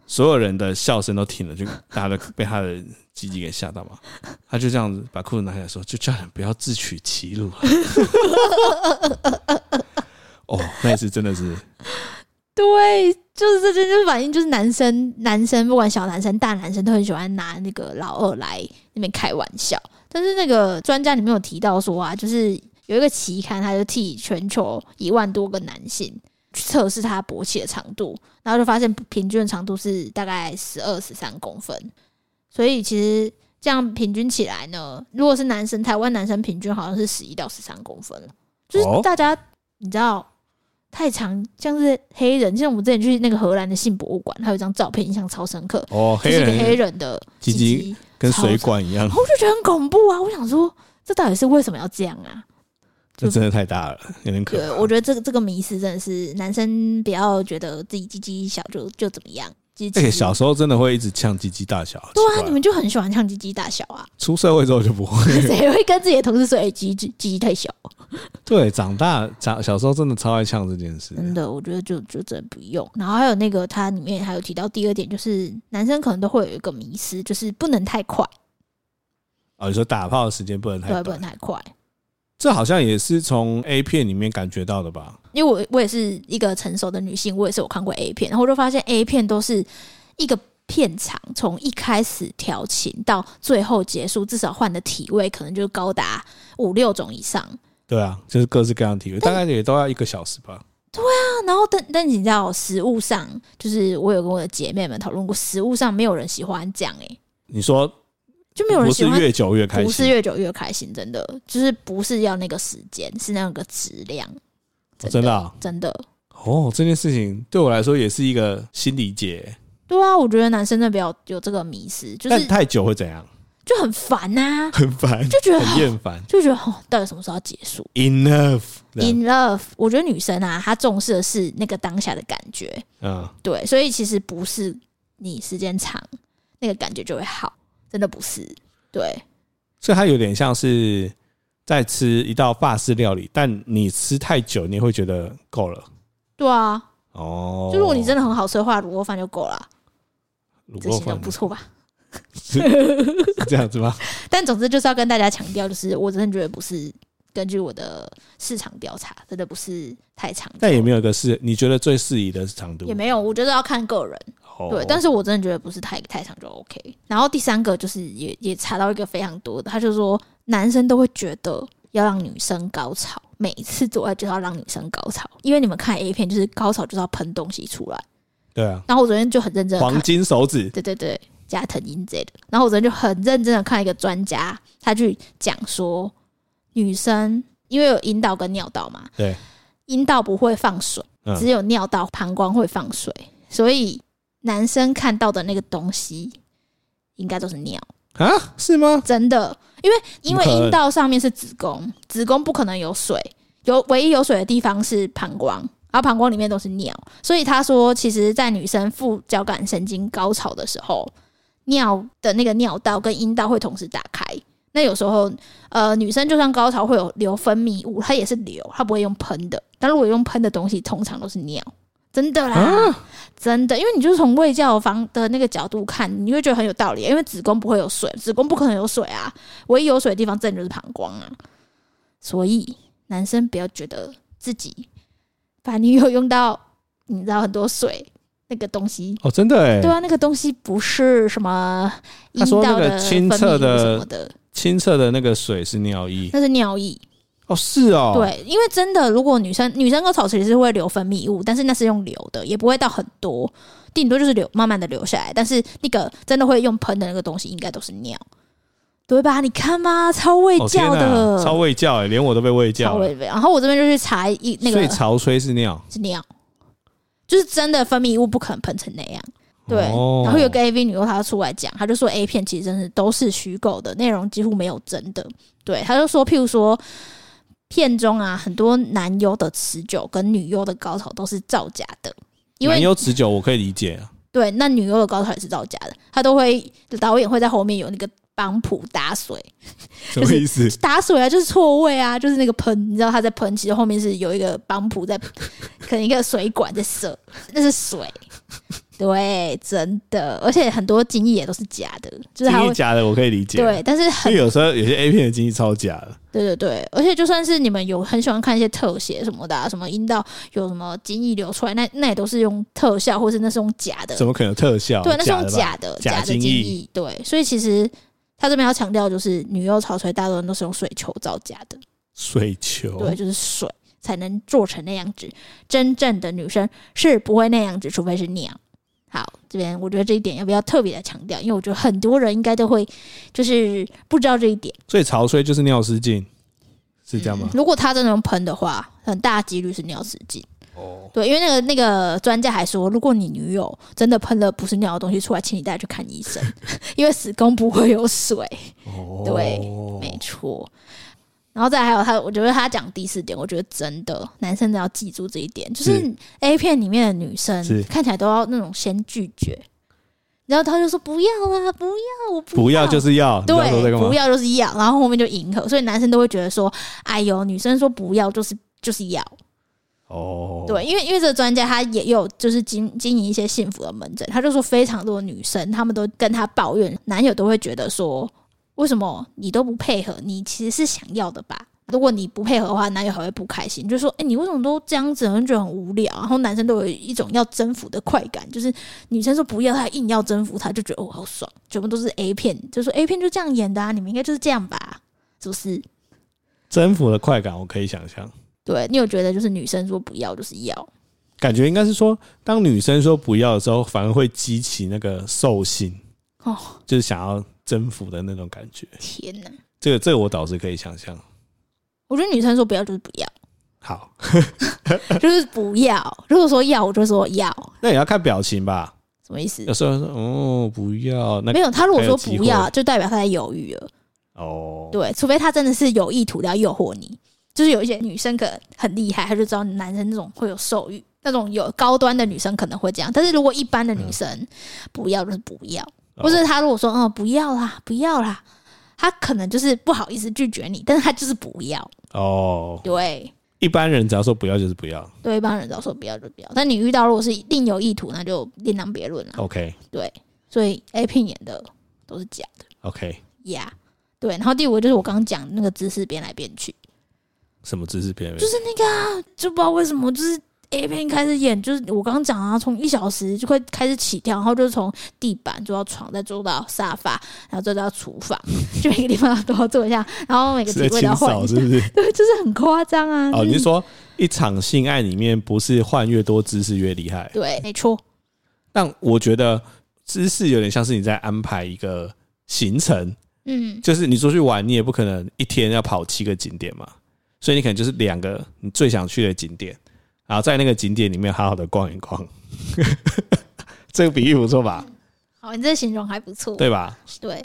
[SPEAKER 2] 所有人的笑声都停了，就大家都被他的鸡鸡给吓到嘛。他就这样子把裤子拿下来说：“就叫人不要自取其辱啊。” *laughs* 哦，那一次真的是
[SPEAKER 1] 对，就是这件就是反映就是男生男生不管小男生大男生都很喜欢拿那个老二来那边开玩笑，但是那个专家里面有提到说啊，就是有一个期刊，他就替全球一万多个男性去测试他勃起的长度，然后就发现平均的长度是大概十二十三公分，所以其实这样平均起来呢，如果是男生，台湾男生平均好像是十一到十三公分了，就是
[SPEAKER 2] 哦
[SPEAKER 1] 大家、你知道。太长，像是黑人，像我们之前去那个荷兰的性博物馆，它有一张照片，印象超深刻，
[SPEAKER 2] 哦，黑
[SPEAKER 1] 就是一个黑
[SPEAKER 2] 人
[SPEAKER 1] 人的
[SPEAKER 2] 鸡鸡
[SPEAKER 1] 鸡鸡，
[SPEAKER 2] 跟水管一样
[SPEAKER 1] 然，后我就觉得很恐怖啊！我想说，这到底是为什么要这样啊？
[SPEAKER 2] 这真的太大了，有点可
[SPEAKER 1] 对，
[SPEAKER 2] 怕。
[SPEAKER 1] 我觉得这个这个迷思真的是男生不要觉得自己鸡鸡小就就怎么样，鸡
[SPEAKER 2] 而
[SPEAKER 1] 鸡
[SPEAKER 2] 且哎小时候真的会一直呛鸡鸡大小，
[SPEAKER 1] 对
[SPEAKER 2] 奇
[SPEAKER 1] 啊，
[SPEAKER 2] 怪
[SPEAKER 1] 你们就很喜欢唱鸡鸡大小
[SPEAKER 2] *laughs*
[SPEAKER 1] 啊，
[SPEAKER 2] 出社会之后就不会。
[SPEAKER 1] 谁会跟自己的同事说哎鸡鸡鸡鸡太小？
[SPEAKER 2] 对，长大长小时候真的超爱呛这件事，
[SPEAKER 1] 真的，我觉得就就真的不用。然后还有那个，它里面还有提到第二点，就是男生可能都会有一个迷思，就是不能太快，
[SPEAKER 2] 哦，你说打炮的时间不能太
[SPEAKER 1] 对，
[SPEAKER 2] 短，
[SPEAKER 1] 不能太快。
[SPEAKER 2] 这好像也是从 A 片里面感觉到的吧？
[SPEAKER 1] 因为我我也是一个成熟的女性，我也是有看过 A 片，然后我就发现 A 片都是一个片场从一开始调情到最后结束，至少换的体位可能就高达五六种以上。啊
[SPEAKER 2] 对啊，就是各式各样的体位，大概也都要一个小时吧。
[SPEAKER 1] 然后但但你知道，食物上就是我有跟我的姐妹们讨论过，食物上没有人喜欢这样诶、
[SPEAKER 2] 你说
[SPEAKER 1] 就没有人
[SPEAKER 2] 不
[SPEAKER 1] 喜
[SPEAKER 2] 是
[SPEAKER 1] 欢。
[SPEAKER 2] 越久越开
[SPEAKER 1] 不是
[SPEAKER 2] 心，哦
[SPEAKER 1] 越久越开心，真的，就是不是要那个时间，是那个质量，
[SPEAKER 2] 哦真的啊
[SPEAKER 1] 真的，
[SPEAKER 2] 哦，这件事情对我来说也是一个心理解，
[SPEAKER 1] 对啊，我觉得男生真的不要有这个迷失，就
[SPEAKER 2] 但
[SPEAKER 1] 是
[SPEAKER 2] 太久会怎样？
[SPEAKER 1] 就很烦呐、
[SPEAKER 2] 很烦，
[SPEAKER 1] 就觉得
[SPEAKER 2] 很厌烦。啊
[SPEAKER 1] 就觉得哦，到底什么时候要结束
[SPEAKER 2] Enough，这样
[SPEAKER 1] ？In love，我觉得女生啊，她重视的是那个当下的感觉，
[SPEAKER 2] 嗯，
[SPEAKER 1] 对，所以其实不是你时间长，那个感觉就会好，真的不是，对，
[SPEAKER 2] 所以它有点像是在吃一道法式料理，但你吃太久，你也会觉得够了。
[SPEAKER 1] 对啊，
[SPEAKER 2] 哦，
[SPEAKER 1] 就如果你真的很好吃的话，卤肉饭就够了，
[SPEAKER 2] 卤
[SPEAKER 1] 这
[SPEAKER 2] 肉
[SPEAKER 1] 形容
[SPEAKER 2] 饭
[SPEAKER 1] 不错吧？
[SPEAKER 2] 是
[SPEAKER 1] *laughs*
[SPEAKER 2] 这样子吗？
[SPEAKER 1] 但总之就是要跟大家强调，就是我真的觉得不是。根据我的市场调查，真的不是太长久，
[SPEAKER 2] 但也没有一个是你觉得最适宜的长度，
[SPEAKER 1] 也没有，我觉得要看个人。
[SPEAKER 2] 哦
[SPEAKER 1] 对，但是我真的觉得不是太太长就 OK。然后第三个就是也也查到一个非常多的，他就说男生都会觉得要让女生高潮，每次做爱就是要让女生高潮，因为你们看 A 片就是高潮就是要喷东西出来。
[SPEAKER 2] 对啊，
[SPEAKER 1] 然后我昨天就很认真的
[SPEAKER 2] 黄
[SPEAKER 1] 看，
[SPEAKER 2] 金手指
[SPEAKER 1] 对对对，加藤鹰之类的。然后我昨天就很认真的看一个专家，他去讲说女生因为有阴道跟尿道嘛，
[SPEAKER 2] 对，
[SPEAKER 1] 阴道不会放水，
[SPEAKER 2] 嗯
[SPEAKER 1] 只有尿道、膀胱会放水，所以男生看到的那个东西应该都是尿，
[SPEAKER 2] 啊？是吗？
[SPEAKER 1] 真的，因为因为
[SPEAKER 2] 怎么可能
[SPEAKER 1] 阴道上面是子宫，子宫不可能有水，有唯一有水的地方是膀胱，然后膀胱里面都是尿，所以他说，其实，在女生副交感神经高潮的时候，尿的那个尿道跟阴道会同时打开。那有时候，呃，女生就算高潮会有流分泌物，它也是流，它不会用喷的。但如果用喷的东西，通常都是尿，真的啦，
[SPEAKER 2] 啊
[SPEAKER 1] 真的，因为你就是从卫教房的那个角度看，你会觉得很有道理，因为子宫不会有水，子宫不可能有水啊，唯一有水的地方真的就是膀胱啊。所以男生不要觉得自己把女友用到，你知道很多水那个东西，
[SPEAKER 2] 哦，真的哎
[SPEAKER 1] 对，啊，那个东西不是什么阴
[SPEAKER 2] 他说那
[SPEAKER 1] 道的
[SPEAKER 2] 个
[SPEAKER 1] 分
[SPEAKER 2] 清
[SPEAKER 1] 泌
[SPEAKER 2] 澈
[SPEAKER 1] 物
[SPEAKER 2] 的
[SPEAKER 1] 什么的，
[SPEAKER 2] 清澈的那个水是尿液
[SPEAKER 1] 那是尿液。
[SPEAKER 2] 哦，是哦，，
[SPEAKER 1] 对，因为真的，如果女生女生高潮其实是会流分泌物，但是那是用流的，也不会到很多，顶多就是流慢慢的流下来。但是那个真的会用喷的那个东西，应该都是尿。对吧？你看嘛，超会
[SPEAKER 2] 哦天
[SPEAKER 1] 叫的，
[SPEAKER 2] 啊，超喂教、欸，连我都被喂教
[SPEAKER 1] 超
[SPEAKER 2] 了
[SPEAKER 1] 会。然后我这边就去查一那
[SPEAKER 2] 所以
[SPEAKER 1] 个
[SPEAKER 2] 潮吹是尿，
[SPEAKER 1] 是尿，就是真的分泌物不可能喷成那样。对，
[SPEAKER 2] 哦
[SPEAKER 1] 然后有个 AV 女优她出来讲，她就说 A 片其实真是都是虚构的，内容几乎没有真的。对，她就说，譬如说片中啊，很多男优的持久跟女优的高潮都是造假的，因
[SPEAKER 2] 男
[SPEAKER 1] 为
[SPEAKER 2] 优持久我可以理解
[SPEAKER 1] *laughs*
[SPEAKER 2] 啊，
[SPEAKER 1] 对，那女优的高潮也是造假的，她都会导演会在后面有那个帮谱打水，
[SPEAKER 2] 什么意思？
[SPEAKER 1] 打水啊，就是错位啊，就是那个喷，你知道他在喷，其实后面是有一个帮浦在， *laughs* 可能一个水管在射，那是水。对，真的，而且很多精液也都是假的，就是他
[SPEAKER 2] 经
[SPEAKER 1] 会
[SPEAKER 2] 历假的我可以理解，
[SPEAKER 1] 对，但是
[SPEAKER 2] 因
[SPEAKER 1] 很
[SPEAKER 2] 为有时候有些 A 片的经历超假的，
[SPEAKER 1] 对对对，而且就算是你们有很喜欢看一些特写什么的、啊，什么阴道有什么精液流出来，那那也都是用特效，或是那是用假的，
[SPEAKER 2] 怎么可能有特效？
[SPEAKER 1] 对，那是用
[SPEAKER 2] 的吧，
[SPEAKER 1] 假的
[SPEAKER 2] 假
[SPEAKER 1] 假的
[SPEAKER 2] 精
[SPEAKER 1] 精
[SPEAKER 2] 液
[SPEAKER 1] 液，对，所以其实他这边要强调就是女优潮吹，大多人都是用水球造假的。
[SPEAKER 2] 水球，
[SPEAKER 1] 对，就是水才能做成那样子。真正的女生是不会那样子，除非是尿。好，这边我觉得这一点要不要特别的强调？因为我觉得很多人应该都会就是不知道这一点，
[SPEAKER 2] 所以潮吹就是尿失禁，是这样吗
[SPEAKER 1] 嗯？如果他真的用喷的话，很大几率是尿失禁。
[SPEAKER 2] 哦，
[SPEAKER 1] 对，因为那个那个专家还说，如果你女友真的喷了不是尿的东西出来，请你带她去看医生， *laughs* 因为子宫不会有水。
[SPEAKER 2] 哦
[SPEAKER 1] 对没错。然后再还有他，我觉得他讲第四点，我觉得真的男生都要记住这一点，就是
[SPEAKER 2] 是
[SPEAKER 1] A 片里面的女生
[SPEAKER 2] 是
[SPEAKER 1] 看起来都要那种先拒绝，然后他就说不要啦，不要，我不
[SPEAKER 2] 不要就是是要，你知道
[SPEAKER 1] 对
[SPEAKER 2] 我在，干嘛
[SPEAKER 1] 不？要就是要，然后后面就迎合，所以男生都会觉得说，哎呦，女生说不要就是就是要，
[SPEAKER 2] 哦，
[SPEAKER 1] 对，因为因为这个专家他也有就是经经营一些幸福的门诊，他就说非常多的女生，她们都跟他抱怨，男友都会觉得说，为什么你都不配合？你其实是想要的吧？如果你不配合的话，男友还会不开心，就说：“哎、你为什么都这样子？很觉得很无聊。”然后男生都有一种要征服的快感，就是女生说不要，他硬要征服她，就觉得哦好爽。全部都是 A 片，就说 A 片就这样演的啊，你们应该就是这样吧？是不是？
[SPEAKER 2] 征服的快感我可以想象，
[SPEAKER 1] 对你有觉得就是女生说不要就是要，
[SPEAKER 2] 感觉应该是说，当女生说不要的时候，反而会激起那个兽性，
[SPEAKER 1] 哦，
[SPEAKER 2] 就是想要征服的那种感觉。
[SPEAKER 1] 天哪！
[SPEAKER 2] 这个这个我倒是可以想象。
[SPEAKER 1] 我觉得女生说不要就是不要。
[SPEAKER 2] 好，
[SPEAKER 1] 就是不要。如果说要，我就说要，
[SPEAKER 2] 那也要看表情吧。
[SPEAKER 1] 什么意思
[SPEAKER 2] 有？时候说哦不要，那
[SPEAKER 1] 没有，他如果说
[SPEAKER 2] 还有
[SPEAKER 1] 不
[SPEAKER 2] 机
[SPEAKER 1] 要，
[SPEAKER 2] 会
[SPEAKER 1] 就代表他在犹豫了。
[SPEAKER 2] 哦，
[SPEAKER 1] 对，除非他真的是有意图的要诱惑你。就是有一些女生可能很厉害，她就知道男生那种会有兽欲，那种有高端的女生可能会这样。但是如果一般的女生，不要就是不要，
[SPEAKER 2] 嗯哦
[SPEAKER 1] 或者她如果说哦不要啦，不要啦，她可能就是不好意思拒绝你，但是她就是不要。
[SPEAKER 2] 哦，
[SPEAKER 1] 对，
[SPEAKER 2] 一般人只要说不要就是不要。
[SPEAKER 1] 对一般人都说不要就不要，但你遇到如果是另有意图，那就另当别论了。
[SPEAKER 2] OK
[SPEAKER 1] 对，所以 A 片演的都是假
[SPEAKER 2] OK，
[SPEAKER 1] 的呀。对，然后第五个就是我刚刚讲那个姿势变来变去，
[SPEAKER 2] 什么知识边缘？
[SPEAKER 1] 就是那个、啊、就不知道为什么就是 A 片开始演，就是我刚刚讲啊，从一小时就会开始起跳，然后就从地板坐到床，再坐到沙发，然后再到厨房，就每个地方都要坐一下，然后每个体
[SPEAKER 2] 是在
[SPEAKER 1] 位都
[SPEAKER 2] 清
[SPEAKER 1] 要换
[SPEAKER 2] 扫
[SPEAKER 1] 一下
[SPEAKER 2] 是，不是？
[SPEAKER 1] 对，就是很夸张啊。
[SPEAKER 2] 哦，
[SPEAKER 1] 就
[SPEAKER 2] 你是说一场性爱里面不是换越多姿势越厉害？
[SPEAKER 1] 对，没错，
[SPEAKER 2] 但我觉得姿势有点像是你在安排一个行程，
[SPEAKER 1] 嗯，
[SPEAKER 2] 就是你出去玩，你也不可能一天要跑七个景点嘛，所以你可能就是两个你最想去的景点，然后在那个景点里面好好的逛一逛。 *laughs* 这个比喻不错吧？
[SPEAKER 1] 好，你这形容还不错，
[SPEAKER 2] 对吧？
[SPEAKER 1] 对，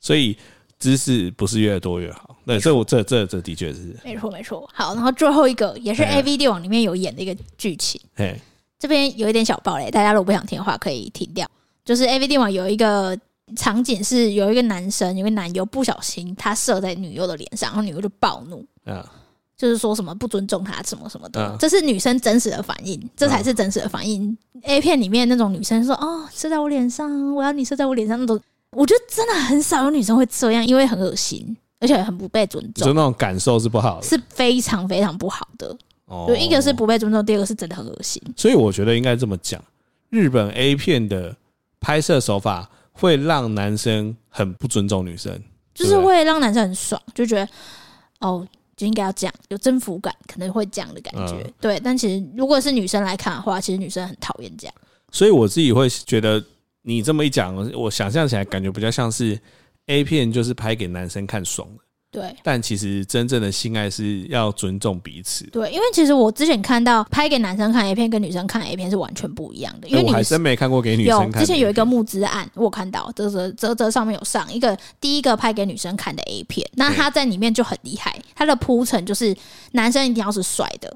[SPEAKER 2] 所以知识不是越多越好。对，这我这这这的确是，
[SPEAKER 1] 没错，没错。好，然后最后一个也是
[SPEAKER 2] 哎呀
[SPEAKER 1] A V 帝王里面有演的一个剧情，
[SPEAKER 2] 哎，
[SPEAKER 1] 这边有一点小爆雷，大家如果不想听的话可以停掉。就是 A V 帝王有一个场景是有一个男生，有一个男优不小心他射在女优的脸上，然后女优就暴怒，
[SPEAKER 2] 啊，
[SPEAKER 1] 就是说什么不尊重他什么什么的，
[SPEAKER 2] 嗯
[SPEAKER 1] 这是女生真实的反应，这才是真实的反应。A 片里面那种女生说哦射在我脸上，我要你射在我脸上那种，我觉得真的很少有女生会这样，因为很恶心，而且很不被尊
[SPEAKER 2] 你说
[SPEAKER 1] 重。
[SPEAKER 2] 那种感受是不好的。
[SPEAKER 1] 是非常非常不好的，
[SPEAKER 2] 哦
[SPEAKER 1] 对，一个是不被尊重，第二个是真的很恶心。
[SPEAKER 2] 所以我觉得应该这么讲，日本 A 片的拍摄手法会让男生很不尊重女生。
[SPEAKER 1] 就是会让男生很爽，就觉得哦就应该要这样，有征服感，可能会这样的感觉。
[SPEAKER 2] 嗯
[SPEAKER 1] 对，但其实如果是女生来看的话，其实女生很讨厌这样。
[SPEAKER 2] 所以我自己会觉得，你这么一讲，我想象起来感觉比较像是 A 片就是拍给男生看爽的，
[SPEAKER 1] 对。
[SPEAKER 2] 但其实真正的性爱是要尊重彼此。
[SPEAKER 1] 对，因为其实我之前看到拍给男生看 A 片跟女生看 A 片是完全不一样的，因为
[SPEAKER 2] 哎
[SPEAKER 1] 女
[SPEAKER 2] 我还
[SPEAKER 1] 生
[SPEAKER 2] 真没看过给女
[SPEAKER 1] 有
[SPEAKER 2] 生看。
[SPEAKER 1] 之前有一个募资案，我有看到泽泽泽泽上面有上一个第一个拍给女生看的 A 片，那他在里面就很厉害，他的铺陈就是男生一定要是帅的，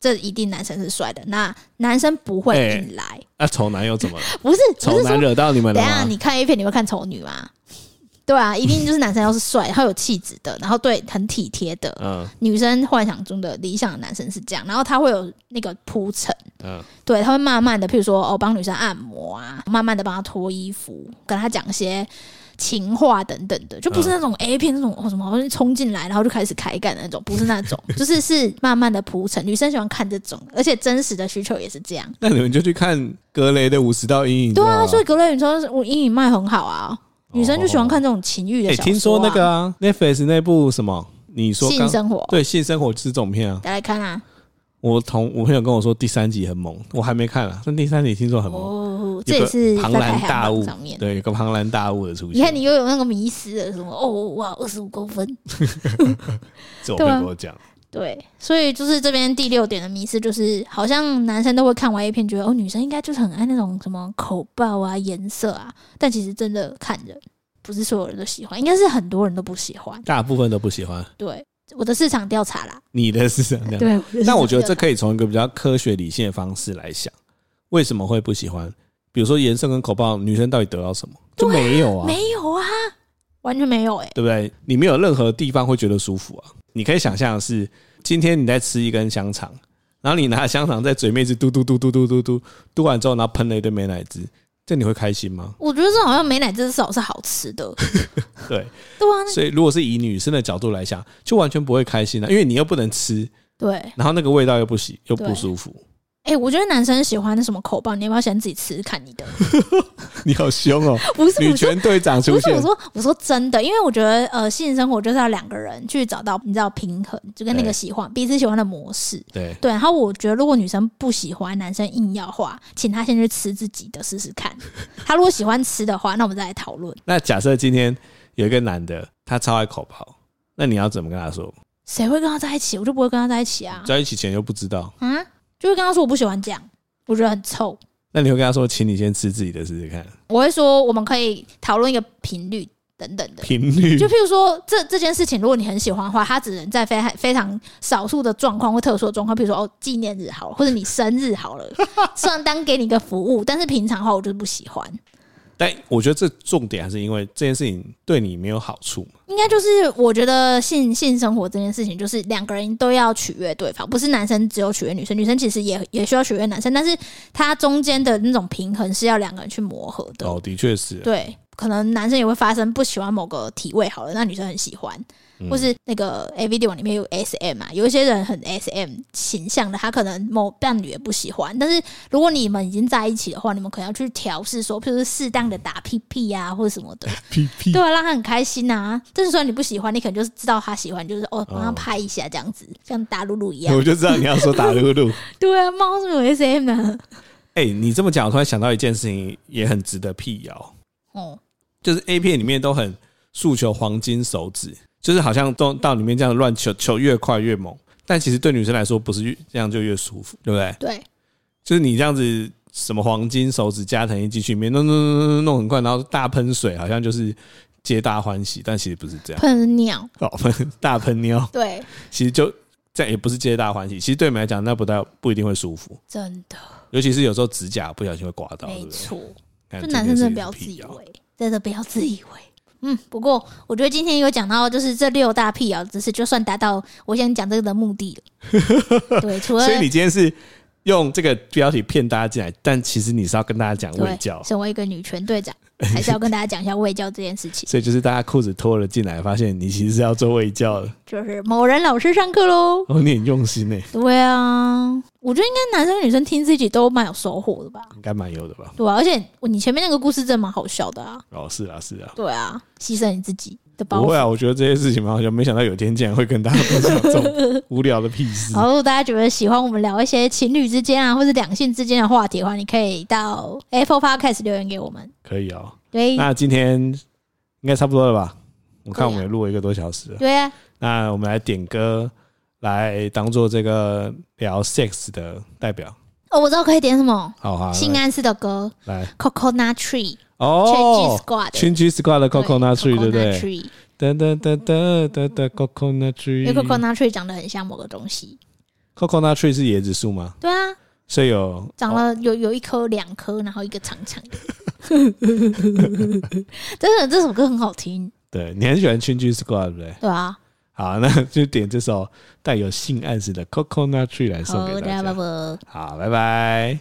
[SPEAKER 1] 这一定男生是帅的，那男生不会
[SPEAKER 2] 哎
[SPEAKER 1] 硬来，
[SPEAKER 2] 啊，丑男又怎么了？
[SPEAKER 1] 不是 *laughs* 不
[SPEAKER 2] 丑
[SPEAKER 1] 是
[SPEAKER 2] 男
[SPEAKER 1] 说
[SPEAKER 2] 惹到你们了
[SPEAKER 1] 等一下
[SPEAKER 2] 吗？
[SPEAKER 1] 啊你看 A 片你会看丑女吗？ *laughs* 对啊，一定就是男生要是帅，然后有气质的，然后对很体贴的。
[SPEAKER 2] 嗯
[SPEAKER 1] 女生幻想中的理想的男生是这样，然后他会有那个铺陈，
[SPEAKER 2] 嗯，
[SPEAKER 1] 对，他会慢慢的，譬如说哦，帮女生按摩啊，慢慢的帮她脱衣服，跟她讲一些情话等等的，就
[SPEAKER 2] 嗯
[SPEAKER 1] 不是那种 A 片那种哦什么好像冲进来然后就开始开干的那种，不是那种，就是是慢慢的铺陈，女生喜欢看这种，而且真实的需求也是这样。
[SPEAKER 2] 那你们就去看格雷的五十道阴影就
[SPEAKER 1] 对
[SPEAKER 2] 好了。
[SPEAKER 1] 啊，所以格雷宇说我英语卖很好啊，女生就喜欢看这种情欲
[SPEAKER 2] 哦哎、
[SPEAKER 1] 的小说、啊
[SPEAKER 2] 听说那个、啊、Netflix 那部什么？你说
[SPEAKER 1] 性
[SPEAKER 2] 刚
[SPEAKER 1] 生活，
[SPEAKER 2] 对性生活就是这种片啊。
[SPEAKER 1] 大家来看啊，
[SPEAKER 2] 我同我朋友跟我说第三集很猛，我还没看啊，但第三集听说很猛。
[SPEAKER 1] 哦，这
[SPEAKER 2] 有
[SPEAKER 1] 也
[SPEAKER 2] 个
[SPEAKER 1] 是在
[SPEAKER 2] 庞
[SPEAKER 1] 排
[SPEAKER 2] 然
[SPEAKER 1] 行
[SPEAKER 2] 大
[SPEAKER 1] 榜
[SPEAKER 2] 物
[SPEAKER 1] 上面。
[SPEAKER 2] 对，有个庞然大物的出现。
[SPEAKER 1] 你看，你又有那个迷失的什么哦，哇，二十五公分，
[SPEAKER 2] 这我
[SPEAKER 1] 对
[SPEAKER 2] 会
[SPEAKER 1] 啊
[SPEAKER 2] 跟我讲，
[SPEAKER 1] 对，所以就是这边第六点的迷思，就是好像男生都会看完 A 片，觉得哦，女生应该就是很爱那种什么口爆啊、颜色啊，但其实真的看人，不是所有人都喜欢，应该是很多人都不喜欢。
[SPEAKER 2] 大部分都不喜欢。
[SPEAKER 1] 对，我的市场调查啦，
[SPEAKER 2] 你的是这样，
[SPEAKER 1] 对，的市
[SPEAKER 2] 但我
[SPEAKER 1] 场
[SPEAKER 2] 觉得
[SPEAKER 1] 调
[SPEAKER 2] 这
[SPEAKER 1] 查
[SPEAKER 2] 可以从一个比较科学理性的方式来想，为什么会不喜欢？比如说颜色跟口爆，女生到底得到什么？就没有啊，
[SPEAKER 1] 没有啊，完全没有哎、
[SPEAKER 2] 对不对？你没有任何地方会觉得舒服啊。你可以想象的是，今天你在吃一根香肠，然后你拿香肠在嘴面一直嘟嘟嘟嘟嘟嘟嘟嘟完之后，然后喷了一堆美乃滋，这你会开心吗？
[SPEAKER 1] 我觉得这好像美乃滋至少是好吃
[SPEAKER 2] *laughs*
[SPEAKER 1] 的，
[SPEAKER 2] 对，
[SPEAKER 1] 对啊，那
[SPEAKER 2] 所以如果是以女生的角度来想，就完全不会开心啊，因为你又不能吃，
[SPEAKER 1] 对，
[SPEAKER 2] 然后那个味道又不喜又
[SPEAKER 1] 对
[SPEAKER 2] 不舒服。
[SPEAKER 1] 哎、我觉得男生喜欢那什么口爆，你要不要先自己吃吃看你的？ *laughs*
[SPEAKER 2] 你好凶哦，
[SPEAKER 1] 不是，
[SPEAKER 2] 女
[SPEAKER 1] 我说
[SPEAKER 2] 权队长出
[SPEAKER 1] 不是
[SPEAKER 2] 现
[SPEAKER 1] 我。说，我说真的，因为我觉得呃，性生活就是要两个人去找到你知道平衡，就跟那个
[SPEAKER 2] 对
[SPEAKER 1] 喜欢彼此喜欢的模式。
[SPEAKER 2] 对，
[SPEAKER 1] 对，然后我觉得如果女生不喜欢，男生硬要的话，请他先去吃自己的试试
[SPEAKER 2] *laughs*
[SPEAKER 1] 看。他如果喜欢吃的话，那我们再来讨论。
[SPEAKER 2] 那假设今天有一个男的，他超爱口炮，那你要怎么跟他说？
[SPEAKER 1] 谁会跟他在一起？我就不会跟他在一起啊！
[SPEAKER 2] 在一起前又不知道，
[SPEAKER 1] 啊，就会跟他说我不喜欢这样，我觉得很臭。
[SPEAKER 2] 那你会跟他说，请你先吃自己的试试看。
[SPEAKER 1] 我会说我们可以讨论一个频率等等的。
[SPEAKER 2] 频率
[SPEAKER 1] 就譬如说，这这件事情，如果你很喜欢的话，它只能在非非常少数的状况或特殊的状况，譬如说哦纪念日好了，或者你生日好了，算当给你一个服务。但是平常的话，我就是不喜欢。
[SPEAKER 2] 但我觉得这重点还是因为这件事情对你没有好处嘛。
[SPEAKER 1] 应该就是我觉得性性生活这件事情，就是两个人都要取悦对方，不是男生只有取悦女生，女生其实也也需要取悦男生，但是它中间的那种平衡是要两个人去磨合的。
[SPEAKER 2] 哦，的确是，
[SPEAKER 1] 对，可能男生也会发生不喜欢某个体位，好了，那女生很喜欢，或是那个 A V 电影里面有 S M 啊，有一些人很 S M 形象的，他可能某伴侣也不喜欢，但是如果你们已经在一起的话，你们可能要去调试，说，譬如说适当的打屁屁呀、或者什么 *laughs* 的，
[SPEAKER 2] 屁屁
[SPEAKER 1] 对啊，让他很开心啊。但是说你不喜欢，你可能就是知道他喜欢，就是哦，帮他
[SPEAKER 2] 哦
[SPEAKER 1] 拍一下这样子，像打露露一样 *laughs*
[SPEAKER 2] *laughs* 我。就知道你要说打噜 *laughs* 噜。
[SPEAKER 1] 对啊，猫是有 S M 的，
[SPEAKER 2] 哎、你这么讲，我突然想到一件事情，也很值得辟谣，
[SPEAKER 1] 哦，
[SPEAKER 2] 就是 A 片里面都很诉求黄金手指，就是好像都到里面这样乱求，求越快越猛。但其实对女生来说，不是越这样就越舒服，对不
[SPEAKER 1] *laughs*
[SPEAKER 2] 对？
[SPEAKER 1] 对，
[SPEAKER 2] 就是你这样子什么黄金手指加藤一进去里面弄弄弄弄弄很快，然后大喷水，好像就是皆大欢喜，但其实不是这样。
[SPEAKER 1] 喷尿，
[SPEAKER 2] 好喷哦 *laughs* 大喷尿，
[SPEAKER 1] 对，
[SPEAKER 2] 其实就这样也不是皆大欢喜。其实对你们来讲，那不太不一定会舒服，
[SPEAKER 1] 真 *laughs* 的
[SPEAKER 2] 尤其是有时候指甲不小心会刮到，对
[SPEAKER 1] 没
[SPEAKER 2] 不对？
[SPEAKER 1] 错。
[SPEAKER 2] 看
[SPEAKER 1] 就
[SPEAKER 2] 这
[SPEAKER 1] 男生
[SPEAKER 2] 件事
[SPEAKER 1] 真的不要
[SPEAKER 2] 情是
[SPEAKER 1] 自
[SPEAKER 2] 辟
[SPEAKER 1] 以
[SPEAKER 2] 谣
[SPEAKER 1] 为，真的不要自以为。嗯，不过我觉得今天有讲到，就是这六大辟谣知识，就算达到我想讲这个的目的了。对，除了
[SPEAKER 2] 所以你今天是用这个标题骗大家进来，但其实你是要跟大家讲卫教
[SPEAKER 1] 对，，身为一个女权队
[SPEAKER 2] *laughs*
[SPEAKER 1] 长，还是要跟大家讲一下卫教这件事情。
[SPEAKER 2] 所以就是大家裤子脱了进来，发现你其实是要做卫教
[SPEAKER 1] *laughs*
[SPEAKER 2] 的，
[SPEAKER 1] 就是某人老师上课喽。
[SPEAKER 2] 哦，你很用心呢，
[SPEAKER 1] 对啊，我觉得应该男生女生听自己都蛮有收获的吧。
[SPEAKER 2] 应该蛮有的吧？
[SPEAKER 1] 对啊，而且你前面那个故事真的蛮好笑的啊。
[SPEAKER 2] 哦，是啊，是啊。
[SPEAKER 1] 对啊，牺牲你自己的包
[SPEAKER 2] 不
[SPEAKER 1] 袱
[SPEAKER 2] 会。啊，我觉得这些事情蛮好笑，没想到有一天竟然会跟大家分享这种无聊的屁
[SPEAKER 1] *laughs*
[SPEAKER 2] 事。
[SPEAKER 1] 好，如果大家觉得喜欢我们聊一些情侣之间啊，或者两性之间的话题的话，你可以到 Apple Podcast 留言给我们。
[SPEAKER 2] 可以哦，
[SPEAKER 1] 对，
[SPEAKER 2] 那今天应应该差不多了吧？我看
[SPEAKER 1] 可以啊
[SPEAKER 2] 我们也录了一个多小时了。
[SPEAKER 1] 对啊，
[SPEAKER 2] 那我们来点歌，来当做这个聊 sex 的代表，
[SPEAKER 1] 哦，我知道可以点什么，
[SPEAKER 2] 好啊。
[SPEAKER 1] 性安室的歌
[SPEAKER 2] 来来
[SPEAKER 1] 《Coconut Tree》
[SPEAKER 2] 哦
[SPEAKER 1] Change Squad，
[SPEAKER 2] 群 G Squad 的 Coconut Tree 对不对？
[SPEAKER 1] Tree，
[SPEAKER 2] 哒哒哒哒哒哒 Coconut
[SPEAKER 1] 因为
[SPEAKER 2] Tree。
[SPEAKER 1] Coconut Tree 长得很像某个东西。
[SPEAKER 2] Coconut Tree 是椰子树吗？
[SPEAKER 1] 对啊，
[SPEAKER 2] 所以有
[SPEAKER 1] 长了
[SPEAKER 2] 哦
[SPEAKER 1] 有有一颗、两颗，然后一个长长的。 *laughs* 真的，这首歌很好听，
[SPEAKER 2] 对你很喜欢群 G Squad 对不对？
[SPEAKER 1] 对吧、
[SPEAKER 2] 好， *laughs* 那就点这首带有性暗示的 Coconut Tree 来
[SPEAKER 1] 啊？
[SPEAKER 2] 送给大家。
[SPEAKER 1] 吧。
[SPEAKER 2] 好，拜拜。